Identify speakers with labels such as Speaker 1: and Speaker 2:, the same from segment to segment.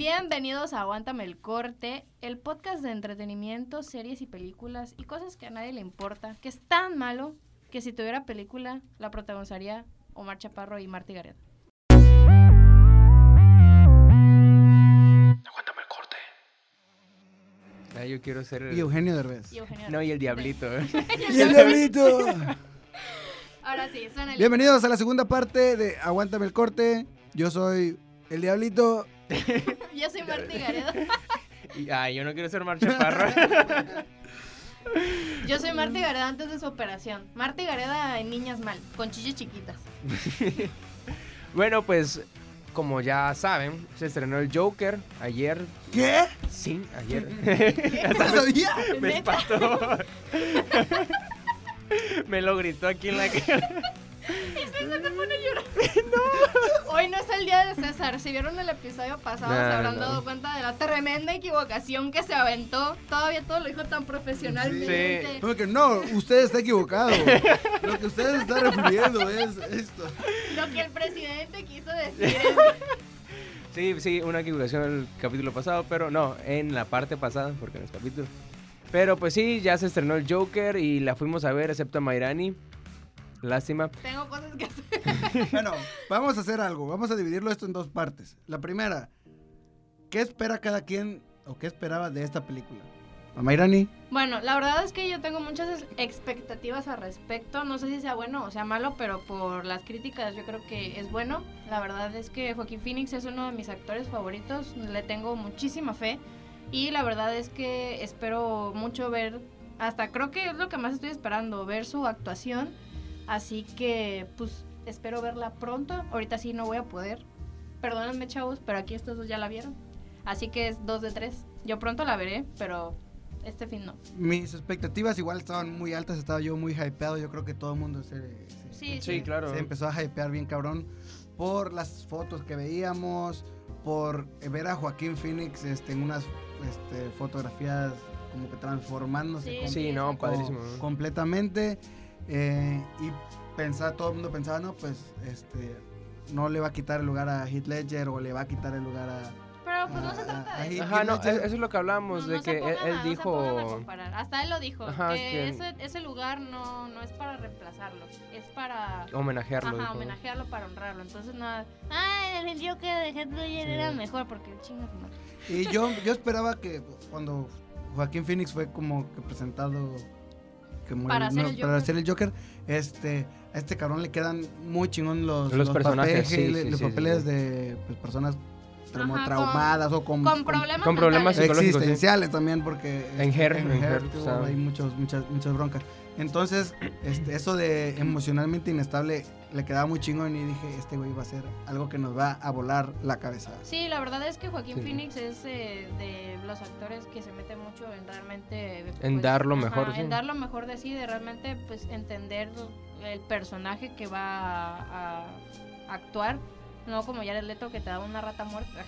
Speaker 1: Bienvenidos a Aguántame el Corte, el podcast de entretenimiento, series y películas y cosas que a nadie le importa, que es tan malo que si tuviera película la protagonizaría Omar Chaparro y Marta Gareda.
Speaker 2: Aguántame el corte.
Speaker 3: Ah, yo quiero ser el...
Speaker 4: Y Eugenio Derbez.
Speaker 1: Y Eugenio.
Speaker 3: No, y el diablito. ¿eh?
Speaker 4: ¡Y el diablito!
Speaker 1: Ahora sí, suena el...
Speaker 4: Bienvenidos a la segunda parte de Aguántame el corte. Yo soy el diablito.
Speaker 1: Yo soy Marta Gareda.
Speaker 3: Y- ah, yo no quiero ser Omar Chaparro.
Speaker 1: Yo soy Marta Gareda antes de su operación. Marta Gareda en Niñas Mal, con chichis chiquitas.
Speaker 3: bueno, pues como ya saben, se estrenó el Joker ayer.
Speaker 4: ¿Qué?
Speaker 3: Sí, ayer.
Speaker 4: ¿No sabía?
Speaker 3: Me
Speaker 1: Neta.
Speaker 3: espantó. Me lo gritó aquí en la cara.
Speaker 1: Y César se pone a llorar. Hoy no es el día de César. Si vieron el episodio pasado,
Speaker 3: No,
Speaker 1: se habrán
Speaker 3: no.
Speaker 1: dado cuenta de la tremenda equivocación que se aventó. Todavía todo lo dijo tan profesionalmente.
Speaker 3: Sí.
Speaker 4: Como que no, usted está equivocado. Lo que usted está refiriendo es esto.
Speaker 1: Lo que el presidente quiso decir es
Speaker 3: Sí, sí, una equivocación el capítulo pasado, pero no, en la parte pasada, porque no es capítulo. Pero pues sí, ya se estrenó el Joker y la fuimos a ver, excepto a Mairani. Lástima.
Speaker 1: tengo cosas que hacer.
Speaker 4: Bueno, vamos a hacer algo. Vamos a dividirlo esto en dos partes. La primera, ¿qué espera cada quien o qué esperaba de esta película? Mamá Irani.
Speaker 1: Bueno, la verdad es que yo tengo muchas es- expectativas al respecto. No sé si sea bueno o sea malo, pero por las críticas yo creo que es bueno. La verdad es que Joaquín Phoenix es uno de mis actores favoritos. Le tengo muchísima fe. Y la verdad es que espero mucho ver, hasta creo que es lo que más estoy esperando, ver su actuación. Así que, pues, espero verla pronto. Ahorita sí no voy a poder. Perdónenme, chavos, pero aquí estos dos ya la vieron. Así que es dos de tres. Yo pronto la veré, pero este fin no.
Speaker 4: Mis expectativas igual estaban muy altas, estaba yo muy hypeado, yo creo que todo el mundo se, se-
Speaker 1: Sí,
Speaker 3: Sí, claro.
Speaker 4: se empezó a hypear bien cabrón por las fotos que veíamos, por ver a Joaquín Phoenix este, en unas este, fotografías como que transformándose
Speaker 1: Sí,
Speaker 4: com-
Speaker 3: Sí, no, pues.
Speaker 1: exacto.
Speaker 4: co-
Speaker 3: padrísimo. ¿no?
Speaker 4: completamente eh, y pensaba, todo el mundo pensaba, no, pues este, no le va a quitar el lugar a Heath Ledger o le va a quitar el lugar a...
Speaker 1: Pero pues no se
Speaker 4: Ah,
Speaker 1: trata
Speaker 4: ahí-
Speaker 1: de eso.
Speaker 3: Ajá, no, eh,
Speaker 4: Ledger.
Speaker 3: es- eso es lo que hablamos,
Speaker 1: No,
Speaker 3: de
Speaker 1: no se
Speaker 3: que él,
Speaker 1: pongan
Speaker 3: él
Speaker 1: a- no se pongan a
Speaker 3: dijo...
Speaker 1: comparar. Hasta él lo dijo,
Speaker 3: Ajá,
Speaker 1: que,
Speaker 3: que-
Speaker 1: Ese, ese lugar no, no es para reemplazarlo, es para
Speaker 3: Homenajearlo.
Speaker 1: ajá,
Speaker 3: dijo.
Speaker 1: homenajearlo, para honrarlo. Entonces nada, ah, el yo que dejé
Speaker 3: Sí.
Speaker 1: era mejor porque chingas no.
Speaker 4: Y yo, yo esperaba que cuando Joaquín Phoenix fue como que presentado como
Speaker 1: Para ser el Joker.
Speaker 4: para ser el Joker, este, a este cabrón le quedan muy chingón los,
Speaker 3: Los personajes, sí,
Speaker 4: papeles,
Speaker 3: sí,
Speaker 4: los
Speaker 3: sí, sí,
Speaker 4: papeles
Speaker 3: sí.
Speaker 4: de pues, personas como
Speaker 1: Ajá, con-
Speaker 4: traumadas o con,
Speaker 1: Con
Speaker 4: con
Speaker 1: problemas
Speaker 3: Mm, con problemas
Speaker 1: mentales.
Speaker 3: psicológicos,
Speaker 4: existenciales también porque
Speaker 3: En
Speaker 4: este,
Speaker 3: Her, en Her,
Speaker 4: tuvo
Speaker 3: está.
Speaker 4: ahí muchos, muchas, muchas broncas. Entonces, este, eso de emocionalmente inestable le quedaba muy chingón y dije, este güey va a ser algo que nos va a volar la cabeza.
Speaker 1: Sí, la verdad es que Joaquín
Speaker 3: Sí.
Speaker 1: Phoenix es eh, de los actores que se mete mucho en realmente... pues,
Speaker 3: En dar lo mejor, sí.
Speaker 1: En dar lo mejor de sí, de realmente pues entender el personaje que va a, a actuar. No como Jared Leto que te da una rata muerta.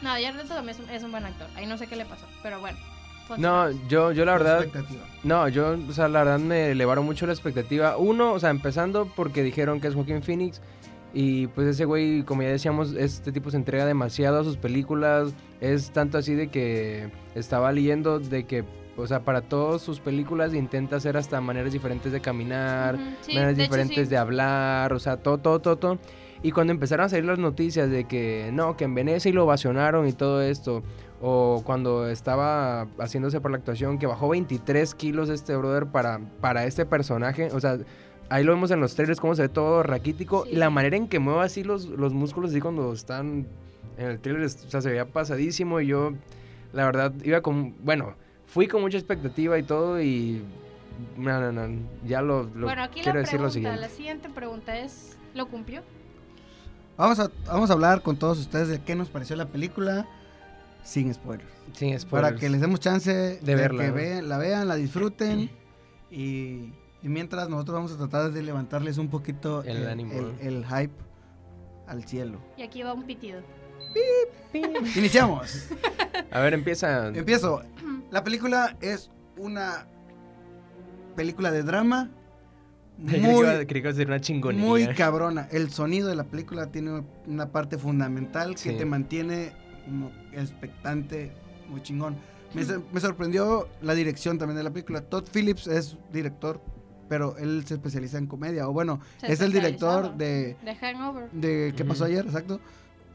Speaker 1: no, Jared Leto también es un, es un buen actor. Ahí no sé qué le pasó, pero bueno. pues,
Speaker 3: No,
Speaker 1: continuamos.
Speaker 3: yo, yo la verdad,
Speaker 4: Expectativa.
Speaker 3: no, yo, o sea, la verdad me elevaron mucho la expectativa. Uno, o sea, empezando porque dijeron que es Joaquín Phoenix y pues ese güey, como ya decíamos, este tipo se entrega demasiado a sus películas. Es tanto así de que estaba leyendo de que, o sea, para todas sus películas intenta hacer hasta maneras diferentes de caminar,
Speaker 1: Ujú, sí,
Speaker 3: maneras
Speaker 1: de hecho,
Speaker 3: diferentes
Speaker 1: sí.
Speaker 3: de hablar, o sea, todo, todo, todo, todo. Y cuando empezaron a salir las noticias de que no, que en Venecia y lo ovacionaron y todo esto, o cuando estaba haciéndose por la actuación, que bajó 23 kilos este brother para, para este personaje, o sea, ahí lo vemos en los trailers, cómo se ve todo raquítico, y
Speaker 1: Sí.
Speaker 3: la manera en que mueve así los, los músculos, así cuando están en el trailer, es- o sea, se veía pasadísimo, y yo, la verdad, iba con, bueno, fui con mucha expectativa y todo, y... No, no, no, ya lo, lo
Speaker 1: bueno, aquí
Speaker 3: quiero
Speaker 1: la
Speaker 3: decir lo
Speaker 1: pregunta,
Speaker 3: siguiente.
Speaker 1: la siguiente pregunta es, ¿lo cumplió?
Speaker 4: Vamos a, vamos a hablar con todos ustedes de qué nos pareció la película sin spoilers.
Speaker 3: Sin
Speaker 4: Para
Speaker 3: spoilers.
Speaker 4: que les demos chance de,
Speaker 3: verla,
Speaker 4: que
Speaker 3: ¿no?
Speaker 4: ve- la vean, la disfruten. Y, y mientras nosotros vamos a tratar de levantarles un poquito
Speaker 3: El ánimo, ¿no?
Speaker 4: el- el hype al cielo.
Speaker 1: Y aquí va un pitido.
Speaker 4: Iniciamos.
Speaker 3: A ver, empieza.
Speaker 4: Empiezo. La película es una película de drama.
Speaker 3: Creí que iba- creí
Speaker 4: Muy,
Speaker 3: que iba a decir una chingonería.
Speaker 4: muy cabrona. El sonido de la película tiene una parte fundamental que
Speaker 3: Sí.
Speaker 4: te mantiene como expectante, muy chingón. Me, sor- me sorprendió la dirección también de la película. Todd Phillips es director, pero él se especializa en comedia. O bueno,
Speaker 1: Se
Speaker 4: es el director
Speaker 1: especializaba.
Speaker 4: de,
Speaker 1: De Hangover.
Speaker 4: de ¿Qué pasó
Speaker 3: Ujú.
Speaker 4: ayer? Exacto.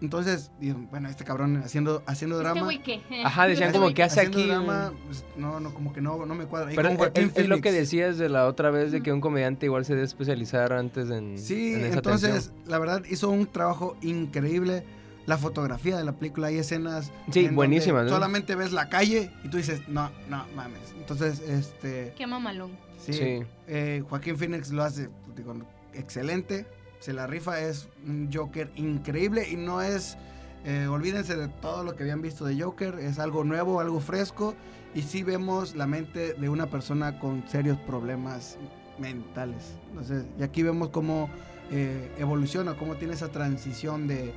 Speaker 4: Entonces, dijeron, bueno, este cabrón haciendo, haciendo
Speaker 1: Este
Speaker 4: drama.
Speaker 1: güey qué.
Speaker 3: Ajá, decían como que hace
Speaker 4: haciendo
Speaker 3: aquí.
Speaker 4: drama, pues, no, no, como que no, no me cuadra. Y
Speaker 3: Pero
Speaker 4: con
Speaker 3: es,
Speaker 4: Joaquín
Speaker 3: es- es lo
Speaker 4: Phoenix.
Speaker 3: que decías de la otra vez de que un comediante igual se debe especializar antes en.
Speaker 4: Sí,
Speaker 3: en esa
Speaker 4: entonces,
Speaker 3: atención.
Speaker 4: la verdad, hizo un trabajo increíble. La fotografía de la película, hay escenas.
Speaker 3: Sí,
Speaker 4: en
Speaker 3: buenísimas,
Speaker 4: donde
Speaker 3: ¿no?
Speaker 4: Solamente ves la calle y tú dices, no, no mames. Entonces, este.
Speaker 1: Qué mamalón.
Speaker 4: Sí.
Speaker 3: Sí.
Speaker 4: eh, Joaquín Phoenix lo hace, pues, digo, excelente. Se la rifa, es un Joker increíble y no es. eh, olvídense de todo lo que habían visto de Joker, es algo nuevo, algo fresco. Y sí vemos la mente de una persona con serios problemas mentales. Entonces, y aquí vemos cómo eh, evoluciona, cómo tiene esa transición de,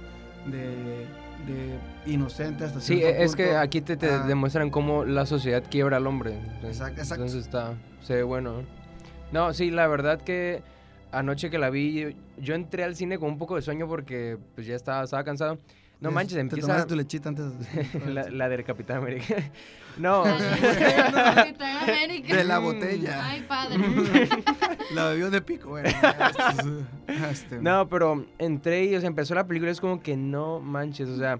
Speaker 4: de- de inocente hasta
Speaker 3: Sí, e,
Speaker 4: cierto
Speaker 3: es que
Speaker 4: punto.
Speaker 3: aquí te, te
Speaker 4: Ah.
Speaker 3: demuestran cómo la sociedad quiebra al hombre.
Speaker 4: Exacto, exacto.
Speaker 3: Entonces está, se ve bueno. No, sí, la verdad que anoche que la vi, yo, yo entré al cine con un poco de sueño porque pues ya estaba, estaba cansado. No
Speaker 4: Es-
Speaker 3: manches,
Speaker 4: te
Speaker 3: empieza
Speaker 4: tomaste tu lechita antes.
Speaker 3: la, la del Capitán América. No,
Speaker 1: Ah, Capitán América.
Speaker 4: de la botella.
Speaker 1: Ay, padre.
Speaker 4: La bebió de pico, bueno. este, este,
Speaker 3: no, pero entré y o sea, empezó la película y es como que no manches, o sea...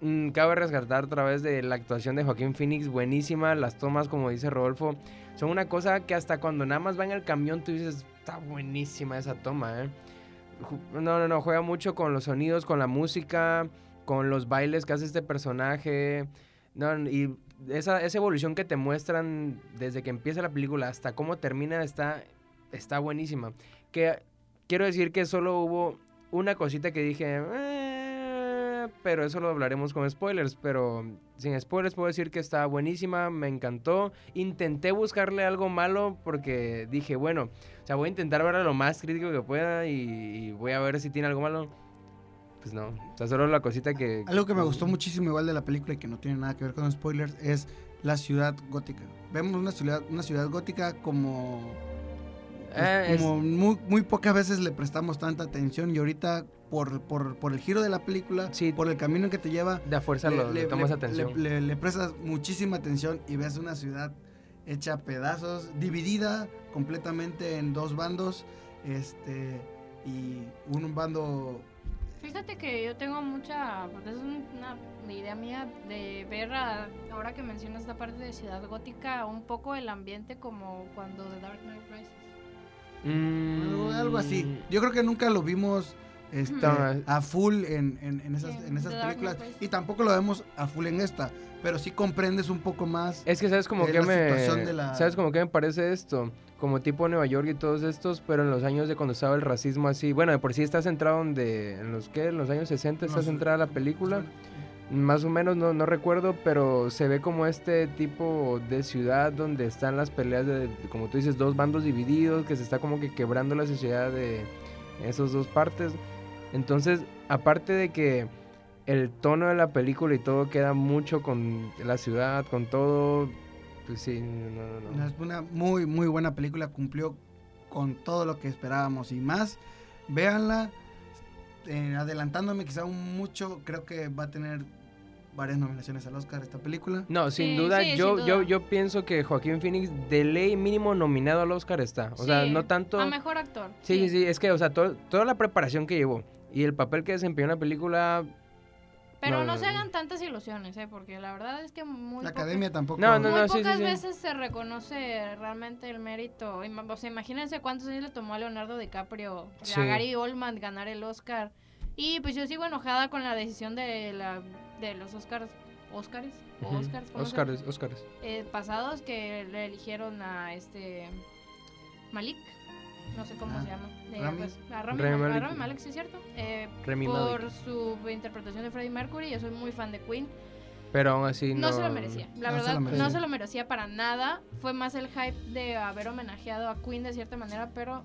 Speaker 3: mm, Cabe rescatar otra vez de la actuación de Joaquín Phoenix, buenísima. Las tomas, como dice Rodolfo, son una cosa que hasta cuando nada más va en el camión tú dices, está buenísima esa toma, ¿eh? Ju- No, no, no, juega mucho con los sonidos, con la música, con los bailes que hace este personaje. No, n- y esa, esa evolución que te muestran desde que empieza la película hasta cómo termina está, está buenísima. Que quiero decir que solo hubo una cosita que dije, "Eh", pero eso lo hablaremos con spoilers, pero sin spoilers puedo decir que está buenísima, me encantó. Intenté buscarle algo malo porque dije, bueno, o sea, voy a intentar ver a lo más crítico que pueda y, y voy a ver si tiene algo malo. Pues no, o sea, solo la cosita que...
Speaker 4: Algo que me gustó muchísimo igual de la película y que no tiene nada que ver con spoilers es la ciudad gótica. Vemos una ciudad, una ciudad gótica como,
Speaker 3: Ah,
Speaker 4: pues,
Speaker 3: es-
Speaker 4: como muy, muy pocas veces le prestamos tanta atención y ahorita por, por, por el giro de la película,
Speaker 3: Sí.
Speaker 4: por el camino que te lleva,
Speaker 3: De a fuerza
Speaker 4: le-
Speaker 3: lo, le
Speaker 4: le-
Speaker 3: tomas
Speaker 4: le-
Speaker 3: atención.
Speaker 4: Le, le- le prestas muchísima atención y ves una ciudad hecha a pedazos, dividida completamente en dos bandos, este y un bando
Speaker 1: Fíjate que yo tengo mucha. pues, Es una idea mía de ver, a- ahora que mencionas esta parte de Ciudad Gótica, un poco el ambiente como cuando The Dark Knight Rises.
Speaker 4: Algo,
Speaker 3: Mm,
Speaker 4: algo así. Yo creo que nunca lo vimos este,
Speaker 3: Toma.
Speaker 4: a full en, en- en esas,
Speaker 1: Sí,
Speaker 4: en esas
Speaker 1: The Dark
Speaker 4: películas.
Speaker 1: Knight pues. Rises.
Speaker 4: Y tampoco lo vemos a full en esta. Pero sí comprendes un poco más.
Speaker 3: Es que sabes como
Speaker 4: de
Speaker 3: que
Speaker 4: la
Speaker 3: me
Speaker 4: situación de la-
Speaker 3: sabes como que me parece esto, como tipo Nueva York y todos estos, pero en los años de cuando estaba el racismo así, bueno, de por sí está centrado donde en los que en los años 60 está
Speaker 4: Los-
Speaker 3: centrada la película, más o menos no, no recuerdo, pero se ve como este tipo de ciudad donde están las peleas de como tú dices dos bandos divididos, que se está como que quebrando la sociedad de esas dos partes. Entonces, aparte de que el tono de la película y todo queda mucho con la ciudad, con todo, pues sí, no, no, no.
Speaker 4: Es una muy, muy buena película. Cumplió con todo lo que esperábamos y más. Véanla. Eh, adelantándome quizá un mucho, creo que va a tener varias nominaciones al Oscar esta película.
Speaker 3: No,
Speaker 1: Sí,
Speaker 3: sin duda,
Speaker 1: sí,
Speaker 3: yo,
Speaker 1: sin
Speaker 3: Yo,
Speaker 1: duda.
Speaker 3: yo pienso que Joaquín Phoenix de ley mínimo nominado al Oscar está. O sea,
Speaker 1: Sí,
Speaker 3: no tanto...
Speaker 1: A mejor actor.
Speaker 3: Sí, sí, sí, es que, o sea, to- toda la preparación que llevó y el papel que desempeñó en la película...
Speaker 1: Pero
Speaker 3: No,
Speaker 1: no,
Speaker 3: no,
Speaker 1: se
Speaker 3: no.
Speaker 1: hagan tantas ilusiones, ¿eh? Porque la verdad es que muy.
Speaker 4: La
Speaker 1: poca-
Speaker 4: academia tampoco.
Speaker 3: No,
Speaker 1: Muy
Speaker 3: no, sí, sí,
Speaker 1: pocas
Speaker 3: sí.
Speaker 1: veces se reconoce realmente el mérito. Ima- O sea, imagínense cuántos años le tomó a Leonardo DiCaprio,
Speaker 3: Sí.
Speaker 1: a Gary Oldman ganar el Oscar. Y pues yo sigo enojada con la decisión de, la, de los Oscars. ¿Oscars? ¿O
Speaker 3: Ujú.
Speaker 1: Oscars? ¿Cómo se-
Speaker 3: Oscars, Oscars.
Speaker 1: eh, pasados que le eligieron a este Malik. No sé cómo
Speaker 4: Ah,
Speaker 1: se llama. Eh,
Speaker 4: Rami.
Speaker 1: pues, a Rami,
Speaker 3: Rami
Speaker 1: a
Speaker 3: Malek.
Speaker 1: Rami Malek, sí es cierto. Eh,
Speaker 3: Remy
Speaker 1: por
Speaker 3: Malek.
Speaker 1: su interpretación de Freddie Mercury, yo soy muy fan de Queen.
Speaker 3: Pero aún así no...
Speaker 1: No, se lo merecía. La
Speaker 4: No se
Speaker 1: verdad,
Speaker 4: lo merecía.
Speaker 1: no se lo merecía para nada. Fue más el hype de haber homenajeado a Queen de cierta manera, pero.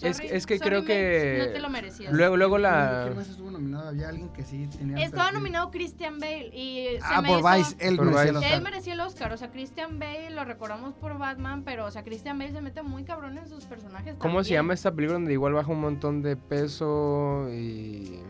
Speaker 3: Es
Speaker 1: sorry,
Speaker 3: que- es que
Speaker 1: sorry,
Speaker 3: creo
Speaker 1: Mel,
Speaker 3: que
Speaker 1: No te lo merecías.
Speaker 3: Luego, luego
Speaker 4: ¿Quién
Speaker 3: la...
Speaker 4: más estuvo nominado? Había alguien que sí tenía.
Speaker 1: Estaba
Speaker 4: perfil.
Speaker 1: nominado Christian Bale y. se
Speaker 4: Ah,
Speaker 1: me
Speaker 4: por
Speaker 1: hizo-
Speaker 4: Vice. Él
Speaker 3: Por
Speaker 4: merecía el
Speaker 3: Vice.
Speaker 4: Oscar.
Speaker 1: Él merecía el Oscar, o sea, Christian Bale lo recordamos por Batman, pero, o sea, Christian Bale se mete muy cabrón en sus personajes.
Speaker 3: ¿Cómo se
Speaker 1: también.
Speaker 3: llama esta película donde igual baja un montón de peso y...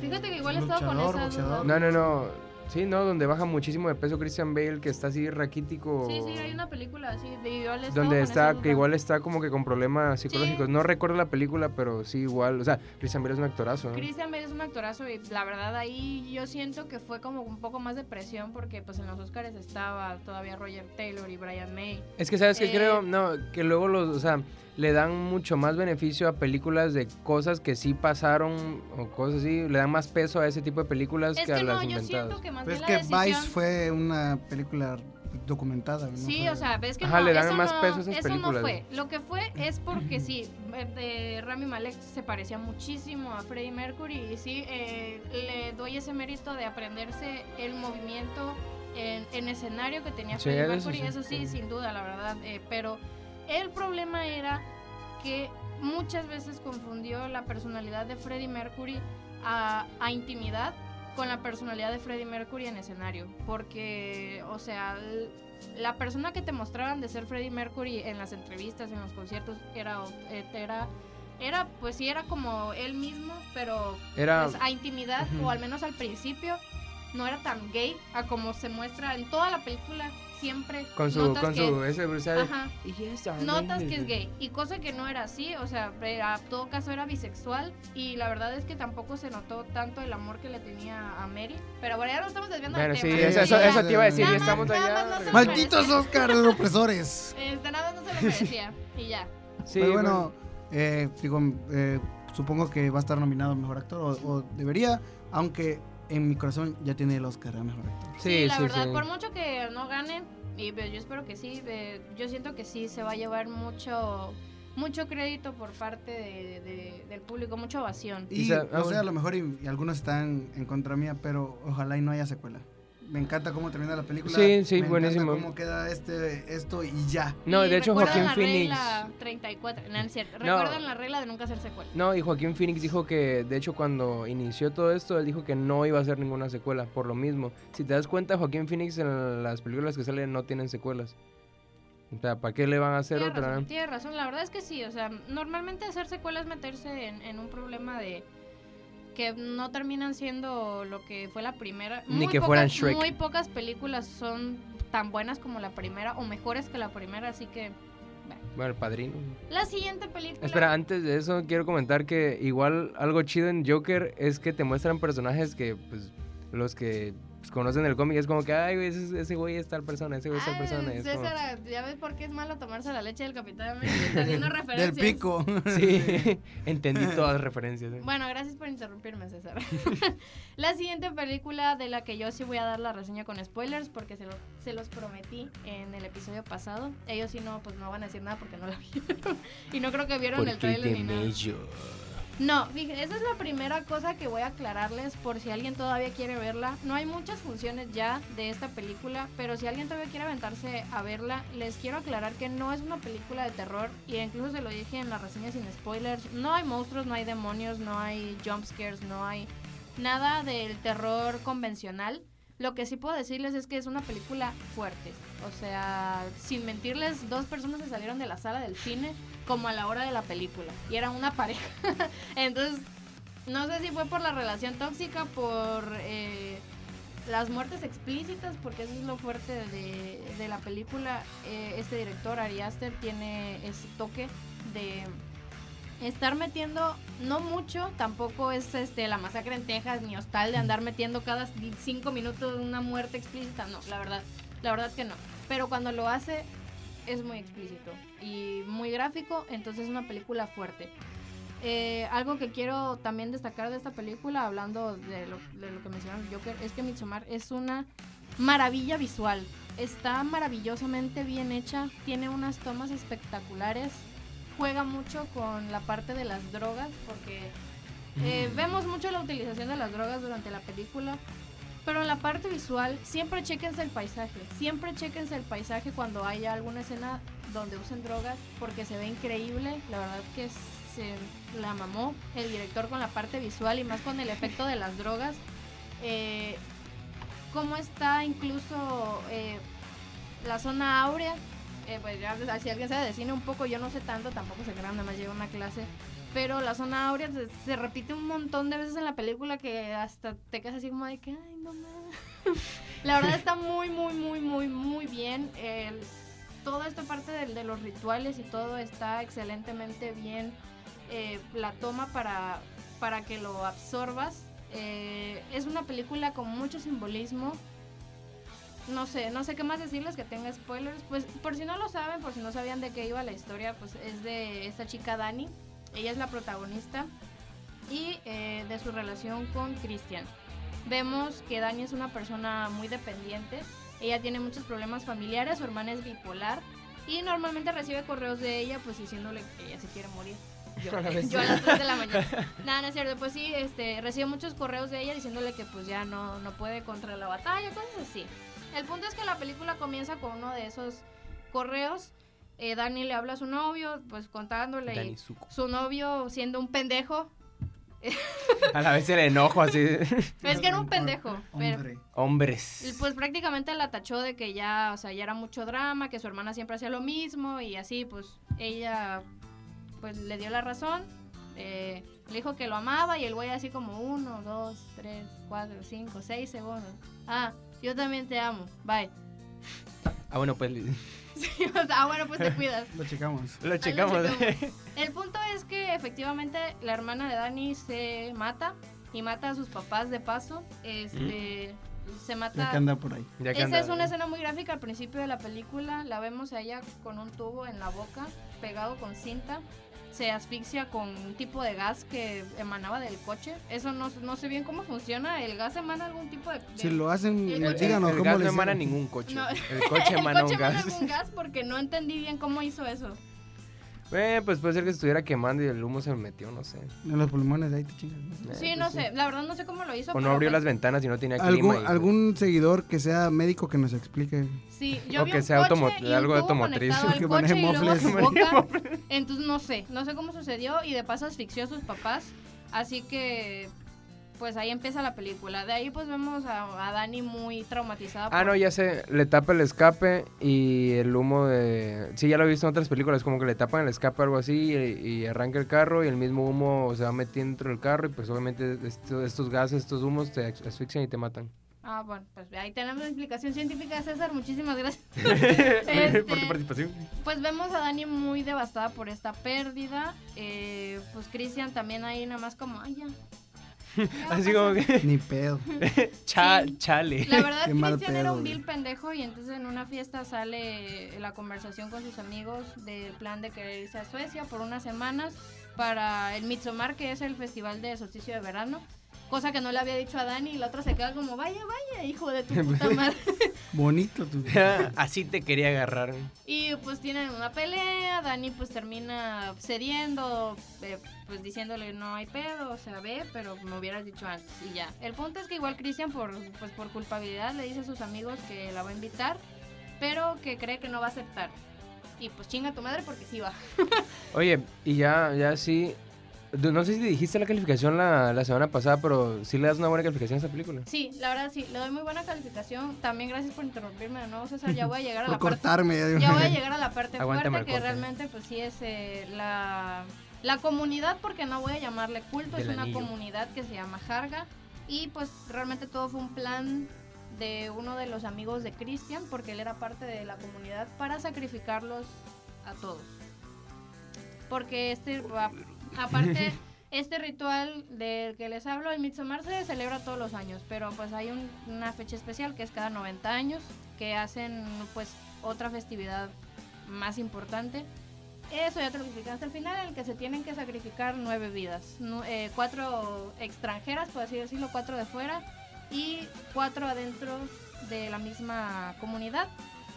Speaker 1: Fíjate que igual estaba con
Speaker 4: Luchador,
Speaker 1: esa
Speaker 4: boxeador.
Speaker 1: duda.
Speaker 3: No, no, no. Sí, no, donde baja muchísimo de peso Christian Bale, que está así raquítico.
Speaker 1: Sí, sí, hay una película así de igual estaba
Speaker 3: Donde
Speaker 1: con esa
Speaker 3: está,
Speaker 1: duda.
Speaker 3: que igual está como que con problemas psicológicos.
Speaker 1: Sí.
Speaker 3: No recuerdo la película, pero sí, igual. O sea, Christian Bale es un actorazo. ¿no?
Speaker 1: Christian Bale es un actorazo y la verdad ahí yo siento que fue como un poco más de presión porque pues en los Oscars estaba todavía Roger Taylor y Brian May.
Speaker 3: Es que sabes que
Speaker 1: Eh,
Speaker 3: creo, no, que luego los, o sea, le dan mucho más beneficio a películas de cosas que sí pasaron o cosas así, le dan más peso a ese tipo de películas
Speaker 1: Es
Speaker 3: que, a
Speaker 1: que no,
Speaker 3: las
Speaker 1: yo
Speaker 3: inventadas.
Speaker 1: siento que más
Speaker 4: Pues
Speaker 1: bien
Speaker 4: que
Speaker 1: la decisión...
Speaker 4: Vice fue una película documentada. ¿no?
Speaker 1: Sí,
Speaker 4: Fue-
Speaker 1: o sea, ves que
Speaker 3: Ajá,
Speaker 1: no,
Speaker 3: le dan
Speaker 1: eso
Speaker 3: más
Speaker 1: no-
Speaker 3: peso a esas
Speaker 1: eso no
Speaker 3: películas.
Speaker 1: fue. Lo que fue es porque sí, eh, eh, Rami Malek se parecía muchísimo a Freddie Mercury y sí, eh, le doy ese mérito de aprenderse el movimiento en, en escenario que tenía
Speaker 3: Sí,
Speaker 1: Freddie
Speaker 3: eso
Speaker 1: Mercury,
Speaker 3: sí.
Speaker 1: eso sí, sin duda, la verdad. eh, pero el problema era que muchas veces confundió la personalidad de Freddie Mercury a, a intimidad con la personalidad de Freddie Mercury en escenario. Porque, o sea, l- la persona que te mostraban de ser Freddie Mercury en las entrevistas, en los conciertos, era, ot- eh, era, era pues sí, era como él mismo, pero
Speaker 3: Era,
Speaker 1: pues, a intimidad,
Speaker 3: Ujú.
Speaker 1: o al menos al principio, no era tan gay a como se muestra en toda la película, siempre.
Speaker 3: con su,
Speaker 1: notas
Speaker 3: con
Speaker 1: que-
Speaker 3: su, ese bruce de-
Speaker 1: Ajá.
Speaker 3: "Yes, darling",
Speaker 1: Notas que es
Speaker 3: y-
Speaker 1: gay y cosa que no era así, o sea, era- a todo caso era bisexual y la verdad es que tampoco se notó tanto el amor que le tenía a Mary. Pero bueno, ya no estamos desviando
Speaker 3: Bueno,
Speaker 1: del
Speaker 3: sí,
Speaker 1: tema.
Speaker 4: Sí,
Speaker 3: eso, eso-
Speaker 1: Ya,
Speaker 4: sí,
Speaker 3: eso te iba a
Speaker 4: sí.
Speaker 3: decir,
Speaker 1: Nada
Speaker 3: ya
Speaker 1: más-
Speaker 3: estamos
Speaker 1: nada
Speaker 3: allá.
Speaker 1: más no se
Speaker 3: regresando.
Speaker 4: ¡Malditos Oscars opresores!
Speaker 1: este, nada más no se lo merecía y ya.
Speaker 3: Sí, pues.
Speaker 4: Pero
Speaker 3: bueno,
Speaker 4: bueno, eh, digo, eh, supongo que va a estar nominado a Mejor Actor, o, o debería, aunque en mi corazón ya tiene el Oscar a Mejor Actor.
Speaker 1: Sí,
Speaker 3: sí,
Speaker 1: la
Speaker 3: sí,
Speaker 1: verdad,
Speaker 3: sí.
Speaker 1: por mucho que no gane, y pues, yo espero que sí, eh, yo siento que sí se va a llevar mucho mucho crédito por parte de- de- del público, mucha ovación.
Speaker 4: Y,
Speaker 3: Y sa- ah,
Speaker 4: o sea,
Speaker 3: bueno.
Speaker 4: a lo mejor y, y algunos están en contra mía, pero ojalá y no haya secuela. Me encanta cómo termina la película.
Speaker 3: Sí, sí,
Speaker 4: me encanta
Speaker 3: buenísimo.
Speaker 4: cómo queda este, esto y ya.
Speaker 3: No,
Speaker 1: Y
Speaker 3: de hecho
Speaker 1: recuerdan
Speaker 3: Joaquín
Speaker 1: la
Speaker 3: Phoenix.
Speaker 1: regla 34, no, es cierto,
Speaker 3: No.
Speaker 1: Recuerdan la regla de nunca hacer secuela.
Speaker 3: No, y Joaquín Phoenix dijo que, de hecho, cuando inició todo esto, él dijo que no iba a hacer ninguna secuela, por lo mismo. Si te das cuenta, Joaquín Phoenix en las películas que salen no tienen secuelas. O sea, ¿para qué le van a hacer
Speaker 1: Tienes
Speaker 3: otra?
Speaker 1: razón, tienes razón, la verdad es que sí, o sea, normalmente hacer secuelas es meterse en, en un problema de que no terminan siendo lo que fue la primera.
Speaker 3: Ni que fueran
Speaker 1: pocas-
Speaker 3: Shrek.
Speaker 1: Muy pocas películas son tan buenas como la primera o mejores que la primera, así que
Speaker 3: Bueno, el padrino.
Speaker 1: la siguiente película...
Speaker 3: Espera, antes de eso, quiero comentar que igual algo chido en Joker es que te muestran personajes que, pues, los que pues, conocen el cómic es como que, ay, güey, ese, ese güey es tal persona, ese güey es tal
Speaker 1: Ah,
Speaker 3: persona. es como-
Speaker 1: César, ya ves por qué es malo tomarse la leche del Capitán América, teniendo
Speaker 4: Del
Speaker 1: referencias.
Speaker 4: pico.
Speaker 3: Sí, entendí todas las referencias. ¿eh?
Speaker 1: Bueno, gracias por interrumpirme, César. la siguiente película de la que yo sí voy a dar la reseña con spoilers porque se, lo- se los prometí en el episodio pasado. Ellos sí no, pues no van a decir nada porque no la vieron. y no creo que vieron el trailer ni nada. No, dije, esa es la primera cosa que voy a aclararles por si alguien todavía quiere verla. No hay muchas funciones ya de esta película, pero si alguien todavía quiere aventarse a verla, les quiero aclarar que no es una película de terror y incluso se lo dije en la reseña sin spoilers. No hay monstruos, no hay demonios, no hay jump scares, no hay nada del terror convencional. Lo que sí puedo decirles es que es una película fuerte. O sea, sin mentirles, dos personas se salieron de la sala del cine como a la hora de la película. Y era una pareja. Entonces, no sé si fue por la relación tóxica, por eh, las muertes explícitas, porque eso es lo fuerte de, de la película. Eh, este director, Ari Aster, tiene ese toque de estar metiendo, no mucho, tampoco es este la masacre en Texas ni hostal de andar metiendo cada cinco minutos una muerte explícita, no, la verdad, la verdad que no. Pero cuando lo hace es muy explícito y muy gráfico, entonces es una película fuerte. Eh, algo que quiero también destacar de esta película, hablando de lo, de lo que mencionaron Joker, es que Midsommar es una maravilla visual. Está maravillosamente bien hecha, tiene unas tomas espectaculares, juega mucho con la parte de las drogas, porque eh, vemos mucho la utilización de las drogas durante la película, pero en la parte visual siempre chequense el paisaje, siempre chequense el paisaje cuando haya alguna escena donde usen drogas, porque se ve increíble, la verdad que se la mamó el director con la parte visual y más con el efecto de las drogas. Eh, cómo está incluso eh, la zona áurea. Eh, pues ya, pues, si alguien sabe de cine un poco, yo no sé tanto, tampoco sé que nada más llevo una clase. Pero la zona áurea se, se repite un montón de veces en la película que hasta te quedas así como de que, ay, no mames. la verdad está muy, muy, muy, muy, muy bien. El- toda esta parte del- de los rituales y todo está excelentemente bien. eh, la toma para, para que lo absorbas. Eh, es una película con mucho simbolismo. No sé, no sé qué más decirles que tenga spoilers. Pues por si no lo saben, por si no sabían de qué iba la historia, pues es de esta chica Dani. Ella es la protagonista y eh, de su relación con Christian. Vemos que Dani es una persona muy dependiente. Ella tiene muchos problemas familiares, su hermana es bipolar y normalmente recibe correos de ella pues diciéndole que ella se quiere morir. Yo, yo a las 3 de la mañana. Nada, no es cierto. Pues sí, este, recibe muchos correos de ella diciéndole que pues ya no, no puede contra la batalla, cosas así. El punto es que la película comienza con uno de esos correos. Eh, Dani le habla a su novio, pues contándole
Speaker 3: Dani
Speaker 1: y
Speaker 3: Zuko.
Speaker 1: su novio siendo un pendejo.
Speaker 3: A la vez el enojo así.
Speaker 1: Es que era un pendejo, pero-
Speaker 4: Hombre.
Speaker 1: Y,
Speaker 3: Hombres.
Speaker 1: Pues prácticamente la tachó de que ya, o sea, ya era mucho drama, que su hermana siempre hacía lo mismo y así, pues ella, pues le dio la razón, eh, le dijo que lo amaba y el güey así como uno, dos, tres, cuatro, cinco, seis segundos. Ah, yo también te amo, bye.
Speaker 3: Ah, bueno, pues
Speaker 1: Sí, o sea, ah, bueno, pues te cuidas.
Speaker 4: Lo checamos.
Speaker 3: lo checamos.
Speaker 1: El punto es que efectivamente la hermana de Dani se mata y mata a sus papás de paso, este, se mata.
Speaker 4: Ya que anda por ahí.
Speaker 3: Mm. Ya que
Speaker 1: Esa
Speaker 3: anda-
Speaker 1: es una escena muy gráfica al principio de la película. La vemos a ella con un tubo en la boca, pegado con cinta. Se asfixia con un tipo de gas que emanaba del coche. Eso no, no sé bien cómo funciona. ¿El gas emana algún tipo de.? de-
Speaker 4: Si lo hacen, eh,
Speaker 1: El-
Speaker 3: El,
Speaker 1: el-
Speaker 4: díganos
Speaker 3: el
Speaker 4: cómo
Speaker 3: gas
Speaker 4: le
Speaker 3: no emana
Speaker 4: hicieron.
Speaker 3: ningún coche.
Speaker 1: No.
Speaker 3: El coche
Speaker 1: El
Speaker 3: emana un
Speaker 1: coche emana
Speaker 3: gas.
Speaker 1: algún gas porque no entendí bien cómo hizo eso.
Speaker 3: Eh, pues puede ser que estuviera quemando y el humo se metió, no sé.
Speaker 4: En los pulmones, ahí te chingas. ¿no?
Speaker 3: Eh,
Speaker 1: Sí,
Speaker 3: pues
Speaker 1: no sé. La verdad no sé cómo lo hizo.
Speaker 3: O no
Speaker 1: pero
Speaker 3: abrió
Speaker 1: pues,
Speaker 3: las ventanas y no tenía clima.
Speaker 4: ¿Algún,
Speaker 3: y-
Speaker 4: algún seguidor que sea médico que nos explique.
Speaker 1: Sí, yo
Speaker 3: O
Speaker 1: vi
Speaker 3: que
Speaker 1: un
Speaker 3: sea
Speaker 1: coche
Speaker 3: automo-
Speaker 1: y un
Speaker 3: algo de
Speaker 1: tubo
Speaker 3: automotriz.
Speaker 1: conectado al
Speaker 4: Que
Speaker 1: coche
Speaker 4: maneje
Speaker 1: y luego a su
Speaker 4: mofles.
Speaker 1: boca. Entonces no sé, no sé cómo sucedió y de paso asfixió a sus papás. Así que pues ahí empieza la película. De ahí pues vemos a, a Dani muy traumatizada.
Speaker 3: Ah,
Speaker 1: por-
Speaker 3: no, ya sé. Le tapa el escape y el humo de. Sí, ya lo he visto en otras películas. Como que le tapan el escape o algo así y, y arranca el carro y el mismo humo se va metiendo dentro del carro. Y pues obviamente esto- estos gases, estos humos te as- asfixian y te matan.
Speaker 1: Ah, bueno, pues ahí tenemos la explicación científica, César. Muchísimas gracias.
Speaker 3: Por tu participación.
Speaker 1: Pues vemos a Dani muy devastada por esta pérdida. Eh, pues Cristian también ahí nada más como, ay, ya. Ya va a
Speaker 3: Así
Speaker 1: pasar".
Speaker 3: como que.
Speaker 4: Ni pedo.
Speaker 3: cha-
Speaker 1: Sí.
Speaker 3: Chale.
Speaker 1: La verdad,
Speaker 4: Qué mal
Speaker 1: Cristian era
Speaker 4: pedo,
Speaker 1: un
Speaker 4: güey.
Speaker 1: vil pendejo y entonces en una fiesta sale la conversación con sus amigos del plan de querer irse a Suecia por unas semanas para el Midsommar, que es el festival de solsticio de verano. Cosa que no le había dicho a Dani y la otra se queda como, vaya, vaya, hijo de tu puta madre.
Speaker 4: Bonito tú.
Speaker 3: Así te quería agarrar.
Speaker 1: Y pues tienen una pelea, Dani pues termina cediendo, eh, pues diciéndole no hay pedo, o sea, ve, pero me hubieras dicho antes y ya. El punto es que igual Cristian por, pues, por culpabilidad le dice a sus amigos que la va a invitar, pero que cree que no va a aceptar. Y pues chinga tu madre porque sí va.
Speaker 3: Oye, y ya, ya sí. du- No sé si dijiste la calificación la, la semana pasada, pero sí le das una buena calificación a esa película.
Speaker 1: Sí, la verdad sí, le doy muy buena calificación. También gracias por interrumpirme de nuevo, César, ya voy a llegar a
Speaker 4: Por
Speaker 1: la parte
Speaker 4: cortarme. ya digo.
Speaker 1: Ya voy a llegar a la parte
Speaker 3: Aguántame
Speaker 1: fuerte
Speaker 3: el
Speaker 1: que
Speaker 3: corte.
Speaker 1: realmente pues sí es eh, la, la comunidad, porque no voy a llamarle culto,
Speaker 3: Del
Speaker 1: es una
Speaker 3: anillo.
Speaker 1: comunidad que se llama Jarga y pues realmente todo fue un plan de uno de los amigos de Christian, porque él era parte de la comunidad, para sacrificarlos a todos. Porque este, va- aparte, este ritual del que les hablo, el Midsommar, se celebra todos los años, pero pues hay un- una fecha especial que es cada 90 años, que hacen pues otra festividad más importante. Eso ya te lo expliqué hasta el final, en el que se tienen que sacrificar nueve vidas. nu- eh, cuatro extranjeras, por así decirlo, cuatro de fuera y cuatro adentro de la misma comunidad.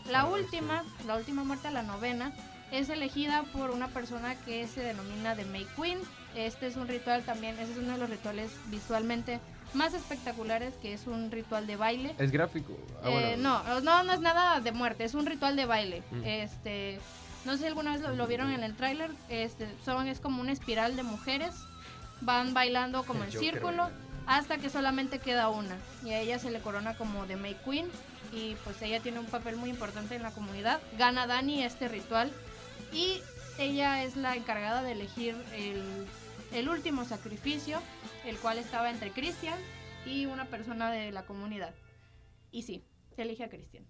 Speaker 1: La última, la última muerte, la novena, es elegida por una persona que se denomina The May Queen. Este es un ritual también, ese es uno de los rituales visualmente más espectaculares, que es un ritual de baile.
Speaker 3: Es gráfico. Ah, bueno.
Speaker 1: Eh, no, no, no es nada de muerte, es un ritual de baile.
Speaker 3: Mm.
Speaker 1: Este, no sé si alguna vez lo, lo vieron en el tráiler, este, son es como una espiral de mujeres, van bailando como
Speaker 3: El
Speaker 1: en
Speaker 3: Joker
Speaker 1: círculo
Speaker 3: bailando.
Speaker 1: hasta que solamente queda una y a ella se le corona como de May Queen y pues ella tiene un papel muy importante en la comunidad. Gana Dani este ritual y ella es la encargada de elegir el El último sacrificio, el cual estaba entre Christian y una persona de la comunidad. Y sí, se elige a Christian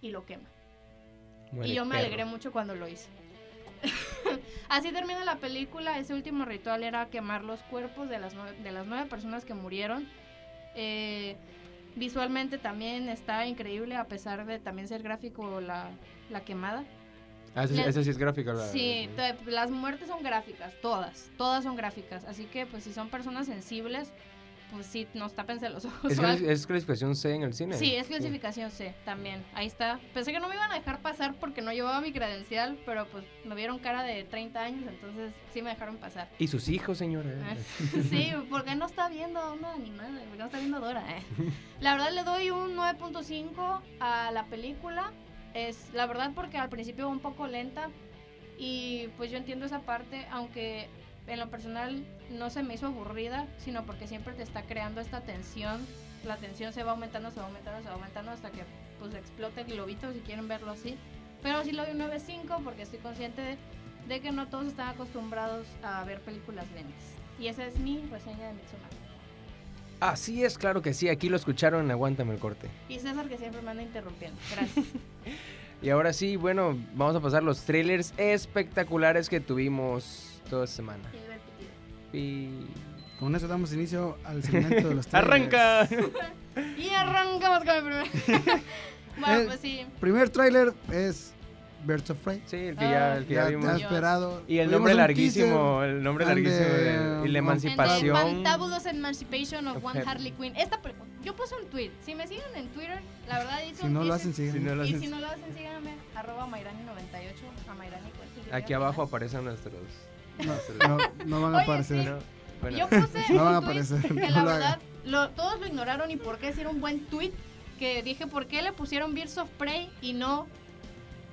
Speaker 1: y lo quema.
Speaker 3: Muere
Speaker 1: y yo me
Speaker 3: perro.
Speaker 1: alegré mucho cuando lo hice. Así termina la película. Ese último ritual era quemar los cuerpos de las nueve, de las nueve personas que murieron. Eh, visualmente también está increíble, a pesar de también ser gráfico la, la quemada.
Speaker 3: Ah, ese,
Speaker 1: Le-
Speaker 3: ese sí es gráfico. la-
Speaker 1: Sí, te- las muertes son gráficas, todas, todas son gráficas. Así que, pues, si son personas sensibles, pues sí, nos tapense los ojos.
Speaker 3: ¿Es,
Speaker 1: o algo.
Speaker 3: clas- es clasificación C en el cine.
Speaker 1: pues Sí, es clasificación C también. Ahí está. Pensé que no me iban a dejar pasar porque no llevaba mi credencial, pero pues me vieron cara de 30 años, entonces sí me dejaron pasar.
Speaker 3: Y sus hijos, señora.
Speaker 1: sí, porque no está viendo una animada, porque no está viendo Dora. eh? La verdad le doy un 9.5 a la película. Es la verdad porque al principio va un poco lenta y pues yo entiendo esa parte, aunque en lo personal no se me hizo aburrida, sino porque siempre te está creando esta tensión. La tensión se va aumentando, se va aumentando, se va aumentando hasta que pues explote el globito si quieren verlo así. Pero sí lo doy un 9.5 porque estoy consciente de, de que no todos están acostumbrados a ver películas lentas. Y esa es mi reseña de Midsommar.
Speaker 3: Así es, claro que sí. Aquí lo escucharon en Aguántame el corte.
Speaker 1: Y César que siempre me anda interrumpiendo. Gracias.
Speaker 3: Y ahora sí, bueno, vamos a pasar los trailers espectaculares que tuvimos toda semana.
Speaker 1: Qué divertido.
Speaker 3: Y-
Speaker 4: Con eso damos inicio al segmento de los trailers.
Speaker 3: ¡Arranca!
Speaker 1: Y arrancamos con el primer. bueno,
Speaker 4: Eh,
Speaker 1: pues sí.
Speaker 4: Primer tráiler es Birds of Prey.
Speaker 3: Sí, el que ya, el que ya
Speaker 4: Ya,
Speaker 3: vimos.
Speaker 4: ya
Speaker 1: Dios.
Speaker 4: esperado.
Speaker 3: Y el
Speaker 4: Tuvimos
Speaker 3: nombre
Speaker 4: pues, un
Speaker 3: larguísimo, el nombre
Speaker 4: and
Speaker 3: larguísimo de,
Speaker 4: the-
Speaker 3: y la
Speaker 4: and the
Speaker 1: And the
Speaker 3: emancipación.
Speaker 1: Fantabulous Emancipation of
Speaker 3: Of
Speaker 1: One
Speaker 3: Harley.
Speaker 1: Harley Quinn. Esta pre- Yo puse un tweet. Si me siguen en Twitter, la verdad hice
Speaker 4: teaser. Si
Speaker 1: un-
Speaker 4: no lo
Speaker 1: hice-
Speaker 4: hacen, sí.
Speaker 3: Si no lo
Speaker 1: Y
Speaker 3: haces-
Speaker 1: si no lo hacen, síganme. Arroba Mayrani98. A Mayrani con Y.
Speaker 3: Aquí abajo aparecen nuestros.
Speaker 4: No,
Speaker 3: nuestros-
Speaker 4: no, no van a
Speaker 1: Oye,
Speaker 4: aparecer.
Speaker 1: sí.
Speaker 3: ¿no? Bueno,
Speaker 1: Yo puse
Speaker 4: No van a
Speaker 1: un tweet
Speaker 4: aparecer,
Speaker 1: que
Speaker 4: no
Speaker 1: la
Speaker 4: lo
Speaker 1: verdad
Speaker 4: hagan.
Speaker 1: lo- todos lo ignoraron y por qué si era un buen tweet que dije por qué le pusieron Birds of Prey y no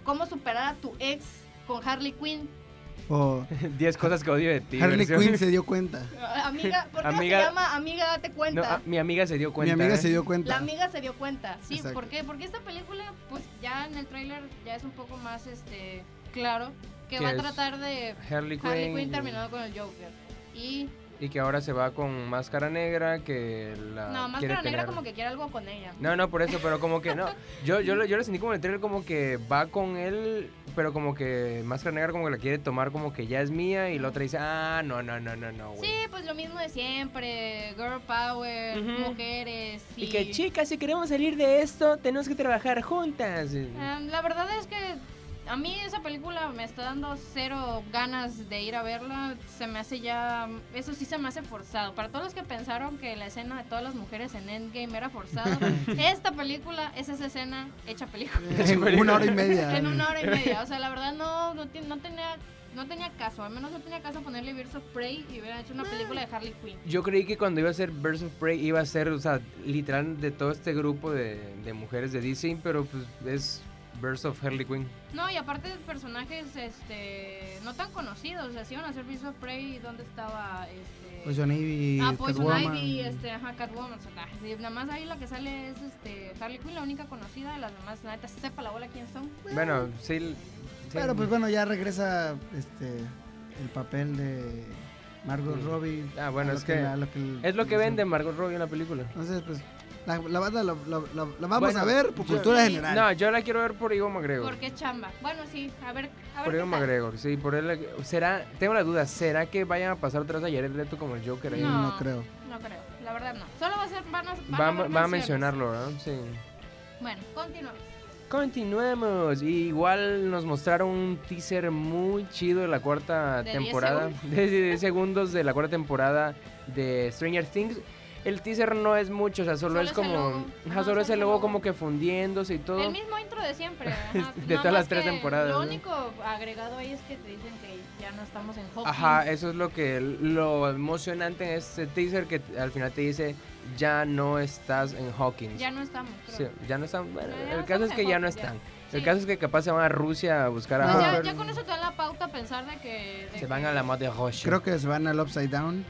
Speaker 1: cómo superar a tu ex con Harley Quinn.
Speaker 4: O
Speaker 3: 10 cosas que odio de ti.
Speaker 4: Harley
Speaker 3: versión-
Speaker 4: Quinn se dio cuenta.
Speaker 1: Ah, Amiga, ¿por qué no
Speaker 3: Amiga-
Speaker 1: se llama amiga date
Speaker 3: No,
Speaker 1: cuenta?
Speaker 3: ah, mi amiga se dio
Speaker 4: Mi
Speaker 3: cuenta.
Speaker 4: amiga
Speaker 3: ¿eh?
Speaker 4: se dio
Speaker 1: La
Speaker 4: cuenta.
Speaker 1: amiga se dio cuenta, sí,
Speaker 4: Exacto.
Speaker 1: ¿por qué? Porque esta película, pues ya en el tráiler ya es un poco más, este, claro, que
Speaker 3: Que
Speaker 1: va a
Speaker 3: es
Speaker 1: tratar de
Speaker 3: ¿eh? Harley Quinn.
Speaker 1: Harley Quinn terminado con el Joker. Y,
Speaker 3: Y que ahora se va con Máscara Negra, que la
Speaker 1: no, más que
Speaker 3: Ah, quiere
Speaker 1: la negra
Speaker 3: pelear.
Speaker 1: como que quiere algo con ella.
Speaker 3: No, no, por eso, pero como que no. Yo, yo, lo- yo lo sentí como en el trailer como que va con él, pero como que Máscara Negra como que la quiere tomar como que ya es mía y la otra dice, ah, no, no, no, no, no, güey.
Speaker 1: Sí, pues lo mismo de siempre, girl power,
Speaker 3: Ujú.
Speaker 1: mujeres y...
Speaker 3: Y que chicas, si queremos salir de esto, tenemos que trabajar juntas.
Speaker 1: Ah, la verdad es que a mí esa película me está dando cero ganas de ir a verla. Se me hace ya. Eso sí se me hace forzado. Para todos los que pensaron que la escena de todas las mujeres en Endgame era forzada, esta película es esa escena hecha película.
Speaker 4: En una hora y media.
Speaker 1: En una hora y media. O sea, la verdad no, no, ti- no tenía. No tenía caso, al menos no tenía caso ponerle Birds of Prey y hubieran hecho una película de Harley Quinn.
Speaker 3: Yo creí que cuando iba a ser Birds of Prey iba a ser, o sea, literal de todo este grupo de, de mujeres de DC, pero pues es Birds of Harley Quinn.
Speaker 1: No, y aparte de personajes este, no tan conocidos, o sea, si iban a hacer Birds of Prey, ¿dónde estaba este,
Speaker 4: Poison Ivy.
Speaker 1: Ah, Poison
Speaker 4: Catwoman.
Speaker 1: Ivy, este, ajá, Catwoman, o sea, nah, sí, nada más ahí la que sale es este, Harley Quinn, la única conocida, las demás, nada, sepa la bola quién son.
Speaker 3: Bueno, sí. sí.
Speaker 4: Pero pues bueno, ya regresa este el papel de Margot
Speaker 3: Sí.
Speaker 4: Robbie.
Speaker 3: Ah, bueno,
Speaker 4: a lo
Speaker 3: es que
Speaker 4: a lo
Speaker 3: es lo que vende Margot Robbie en la película.
Speaker 4: Entonces, pues la, la banda la, la- la- la vamos
Speaker 3: Bueno,
Speaker 4: a ver por
Speaker 3: yo-
Speaker 4: cultura
Speaker 1: Sí.
Speaker 4: general.
Speaker 3: No, yo la quiero ver por Ivo McGregor.
Speaker 1: Porque es chamba. Bueno, sí, a ver, a ver.
Speaker 3: Por
Speaker 1: qué
Speaker 3: Ivo
Speaker 1: tal.
Speaker 3: McGregor, sí, por él. Será, tengo la duda, ¿será que vayan a pasar atrás a Jared Leto como el Joker ahí?
Speaker 4: Eh, no.
Speaker 1: No.
Speaker 4: creo.
Speaker 1: No creo, la verdad no. Solo va a ser, van a, van
Speaker 3: Va,
Speaker 1: a haber
Speaker 3: va a
Speaker 1: menciones.
Speaker 3: mencionarlo, ¿verdad? Sí.
Speaker 1: Bueno, continuamos.
Speaker 3: Continuemos. Y igual nos mostraron un teaser muy chido de la cuarta
Speaker 1: De 10
Speaker 3: temporada. De 10 segundos de la cuarta temporada de Stranger Things. El teaser no es mucho, o sea, solo,
Speaker 1: Solo
Speaker 3: es
Speaker 1: es
Speaker 3: como.
Speaker 1: el logo.
Speaker 3: ajá,
Speaker 1: Ajá,
Speaker 3: solo es el logo como que fundiéndose y todo.
Speaker 1: El mismo intro de siempre. ajá,
Speaker 3: De
Speaker 1: nada
Speaker 3: todas las
Speaker 1: más
Speaker 3: tres
Speaker 1: que
Speaker 3: temporadas,
Speaker 1: Lo
Speaker 3: ¿no?
Speaker 1: único agregado ahí es que te dicen que ya no estamos en Hawkins.
Speaker 3: Ajá, eh. eso es lo que lo emocionante en este teaser que t- al final te dice ya no estás en Hawkins.
Speaker 1: Ya no estamos.
Speaker 3: Sí,
Speaker 1: creo.
Speaker 3: ya no están. bueno,
Speaker 1: Ya no
Speaker 3: el caso
Speaker 1: estamos
Speaker 3: es que
Speaker 1: en
Speaker 3: ya no
Speaker 1: Hawkins, ya.
Speaker 3: están. El
Speaker 1: Sí.
Speaker 3: caso es que capaz se van a Rusia a buscar a
Speaker 1: Pues ya,
Speaker 4: Ajá.
Speaker 3: Hopper,
Speaker 1: ya con eso te da la pauta a pensar de que. de
Speaker 3: Se van a la Mad de Rusia.
Speaker 4: Creo que se van al Upside Down.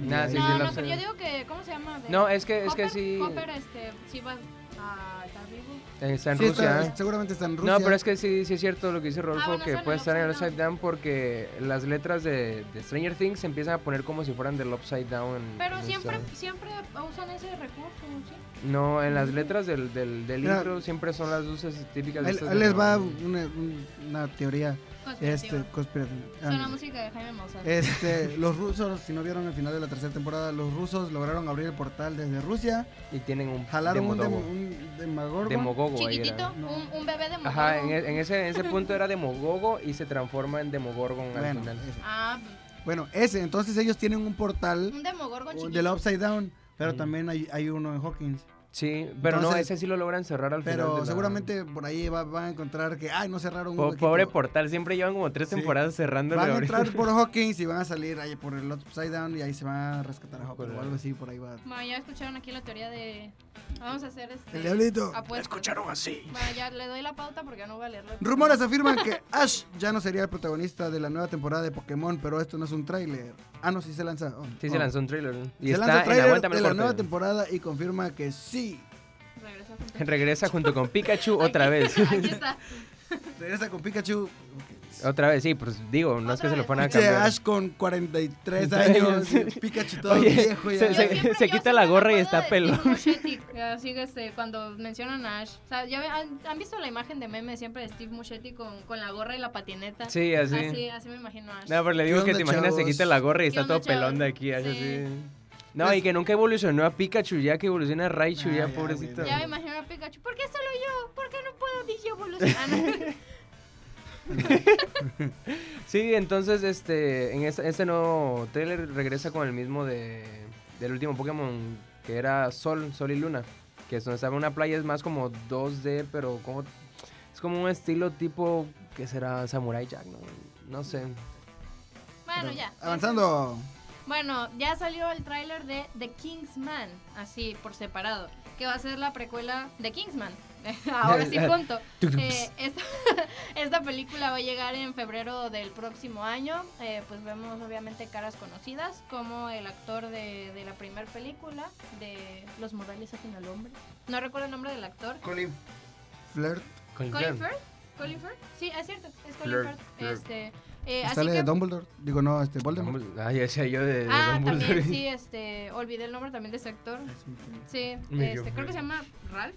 Speaker 4: y
Speaker 3: Nah,
Speaker 4: ahí-
Speaker 3: sí, sí,
Speaker 1: No,
Speaker 3: lo
Speaker 1: no,
Speaker 3: sé.
Speaker 1: pero yo digo que, ¿cómo se llama? De-
Speaker 3: No, es que es que
Speaker 1: Hopper-
Speaker 3: sí.
Speaker 1: Hopper, este, sí va a estar vivo.
Speaker 3: eh, Está en
Speaker 4: Sí,
Speaker 3: Rusia.
Speaker 4: está- seguramente está en Rusia.
Speaker 3: No, pero es que sí, sí es cierto lo que dice Rodolfo,
Speaker 1: Ah, bueno,
Speaker 3: que
Speaker 1: eso en
Speaker 3: puede
Speaker 1: el
Speaker 3: estar en el
Speaker 1: Upside
Speaker 3: Upside Down porque las letras de, de Stranger Things se empiezan a poner como si fueran del Upside Down. en-
Speaker 1: Pero
Speaker 3: en
Speaker 1: siempre,
Speaker 3: esta-
Speaker 1: siempre usan ese recurso, ¿sí?
Speaker 3: No, en las letras del, del, del
Speaker 4: Mira,
Speaker 3: intro siempre son las luces típicas de
Speaker 4: Ahí,
Speaker 3: estas
Speaker 4: ahí
Speaker 3: de
Speaker 4: les va
Speaker 3: Marvel.
Speaker 4: una, un- una teoría
Speaker 1: Conspirativa.
Speaker 4: este, conspirativa.
Speaker 1: Suena
Speaker 4: Ah,
Speaker 1: música de Jaime Maussan.
Speaker 4: Este, los rusos, si no vieron el final de la tercera temporada, los rusos lograron abrir el portal desde Rusia,
Speaker 3: Y tienen un
Speaker 4: jalaron
Speaker 3: demodogo.
Speaker 4: un, dem- un demagorgon.
Speaker 3: Demogogo ahí era.
Speaker 1: Chiquitito,
Speaker 4: No.
Speaker 1: un, un bebé de mujer.
Speaker 3: Ajá, en, e- en ese, en ese punto era Demogogo y se transforma en Demogorgon al
Speaker 4: bueno, eh,
Speaker 3: final.
Speaker 4: ese.
Speaker 1: Ah,
Speaker 4: Bueno, ese, entonces ellos tienen un portal
Speaker 1: un demogorgon
Speaker 4: o-
Speaker 1: chiquito.
Speaker 4: del Upside Down, pero
Speaker 3: Ujú.
Speaker 4: también hay, hay uno en Hawkins.
Speaker 3: Sí, pero no,
Speaker 4: Entonces-
Speaker 3: ese sí lo logran cerrar al final. de
Speaker 4: Pero
Speaker 3: la-
Speaker 4: seguramente por ahí va- van a encontrar que, ay, no cerraron un
Speaker 3: Po-
Speaker 4: huequito.
Speaker 3: pobre portal, siempre llevan como tres
Speaker 4: Sí.
Speaker 3: temporadas cerrándolo.
Speaker 4: Van
Speaker 3: y
Speaker 4: a
Speaker 3: abriendo.
Speaker 4: entrar por Hawkins y van a salir ahí por el Upside Down y ahí se van a rescatar a Hawkins o algo así, por ahí va.
Speaker 1: Bueno, ya escucharon aquí la teoría de... Vamos a hacer
Speaker 4: El
Speaker 1: este...
Speaker 4: diablito.
Speaker 1: Apuesto.
Speaker 4: Escucharon así.
Speaker 1: Bueno, ya le doy la pauta porque ya no voy a leerlo.
Speaker 4: Rumores afirman que Ash ya no sería el protagonista de la nueva temporada de Pokémon, pero esto no es un tráiler. Ah, no, sí se lanza. oh,
Speaker 3: Sí,
Speaker 4: oh.
Speaker 3: se lanzó un trailer. Y
Speaker 4: se
Speaker 3: está
Speaker 4: lanza
Speaker 3: en
Speaker 4: tráiler
Speaker 3: Aguántame
Speaker 4: de
Speaker 3: el
Speaker 4: la
Speaker 3: corte.
Speaker 4: nueva temporada y confirma que sí.
Speaker 1: Regresa junto.
Speaker 3: Regresa junto con Pikachu otra vez.
Speaker 1: Aquí está.
Speaker 4: Regresa con Pikachu.
Speaker 3: otra vez, sí, pues digo, no es que
Speaker 1: Otra
Speaker 3: se lo
Speaker 1: vez.
Speaker 3: fueran a
Speaker 4: Pinche
Speaker 3: cambiar.
Speaker 4: Ash con 43 años. Pikachu todo
Speaker 3: Oye,
Speaker 4: viejo ya.
Speaker 1: Yo
Speaker 3: Se-
Speaker 1: siempre-
Speaker 3: se
Speaker 1: yo
Speaker 3: quita
Speaker 1: siempre
Speaker 3: la
Speaker 1: me
Speaker 3: gorra y
Speaker 1: acuerdo
Speaker 3: está
Speaker 1: de
Speaker 3: pelón.
Speaker 1: Steve Muschetti, Así que este, cuando mencionan a Ash. O sea, ya ve- han, han visto la imagen de meme siempre de Steve Muschetti con, con la gorra y la patineta.
Speaker 3: Sí, así.
Speaker 1: Así, así me imagino a Ash.
Speaker 3: No, pero le digo
Speaker 4: ¿Qué
Speaker 3: que te
Speaker 4: onda,
Speaker 3: imaginas, se
Speaker 4: chavos?
Speaker 3: quita la gorra y
Speaker 1: Ah, ¿Qué
Speaker 3: está
Speaker 1: onda,
Speaker 3: todo pelón de
Speaker 1: chavos?
Speaker 3: aquí, así,
Speaker 1: Sí.
Speaker 3: así. No,
Speaker 4: Pues-
Speaker 3: y que nunca evolucionó a Pikachu, ya que evoluciona a Raichu,
Speaker 4: Ah, ya,
Speaker 3: ya,
Speaker 4: güey,
Speaker 3: pobrecito.
Speaker 1: Ya me imagino a Pikachu. ¿Por qué solo yo? ¿Por qué no puedo ni yo evolucionar? Ah,
Speaker 3: Sí, entonces, este, en este, este nuevo trailer regresa con el mismo de, del último Pokémon, que era Sol, Sol y Luna. Que es donde estaba una playa, es más como 2D, pero como, es como un estilo tipo, que será? Samurai Jack, ¿no? No sé.
Speaker 1: bueno, ya. pues,
Speaker 4: Avanzando.
Speaker 1: Bueno, ya salió el tráiler de The Kingsman, así por separado, que va a ser la precuela de Kingsman. Ahora sí, punto. Eh, esta, esta película va a llegar en febrero del próximo año. Eh, pues vemos obviamente caras conocidas, como el actor de, de la primera película, de Los Morales hacen al hombre. No recuerdo el nombre del actor.
Speaker 4: Colin Flirt.
Speaker 1: Colin Firth. Colin Firth. Sí, es cierto, es Colin
Speaker 3: Flirt,
Speaker 1: Firth.
Speaker 3: flirt.
Speaker 1: Este, eh,
Speaker 4: Y
Speaker 1: así
Speaker 4: Sale
Speaker 1: que-
Speaker 4: Dumbledore. Digo, no, este Voldemort.
Speaker 3: Dumbledore. Ah, ya decía yo de, de
Speaker 1: Ah,
Speaker 3: Dumbledore.
Speaker 1: también, sí, este, olvidé el nombre también de ese actor. Sí,
Speaker 3: Me dio
Speaker 1: este, creo
Speaker 3: frío.
Speaker 1: que se llama Ralph.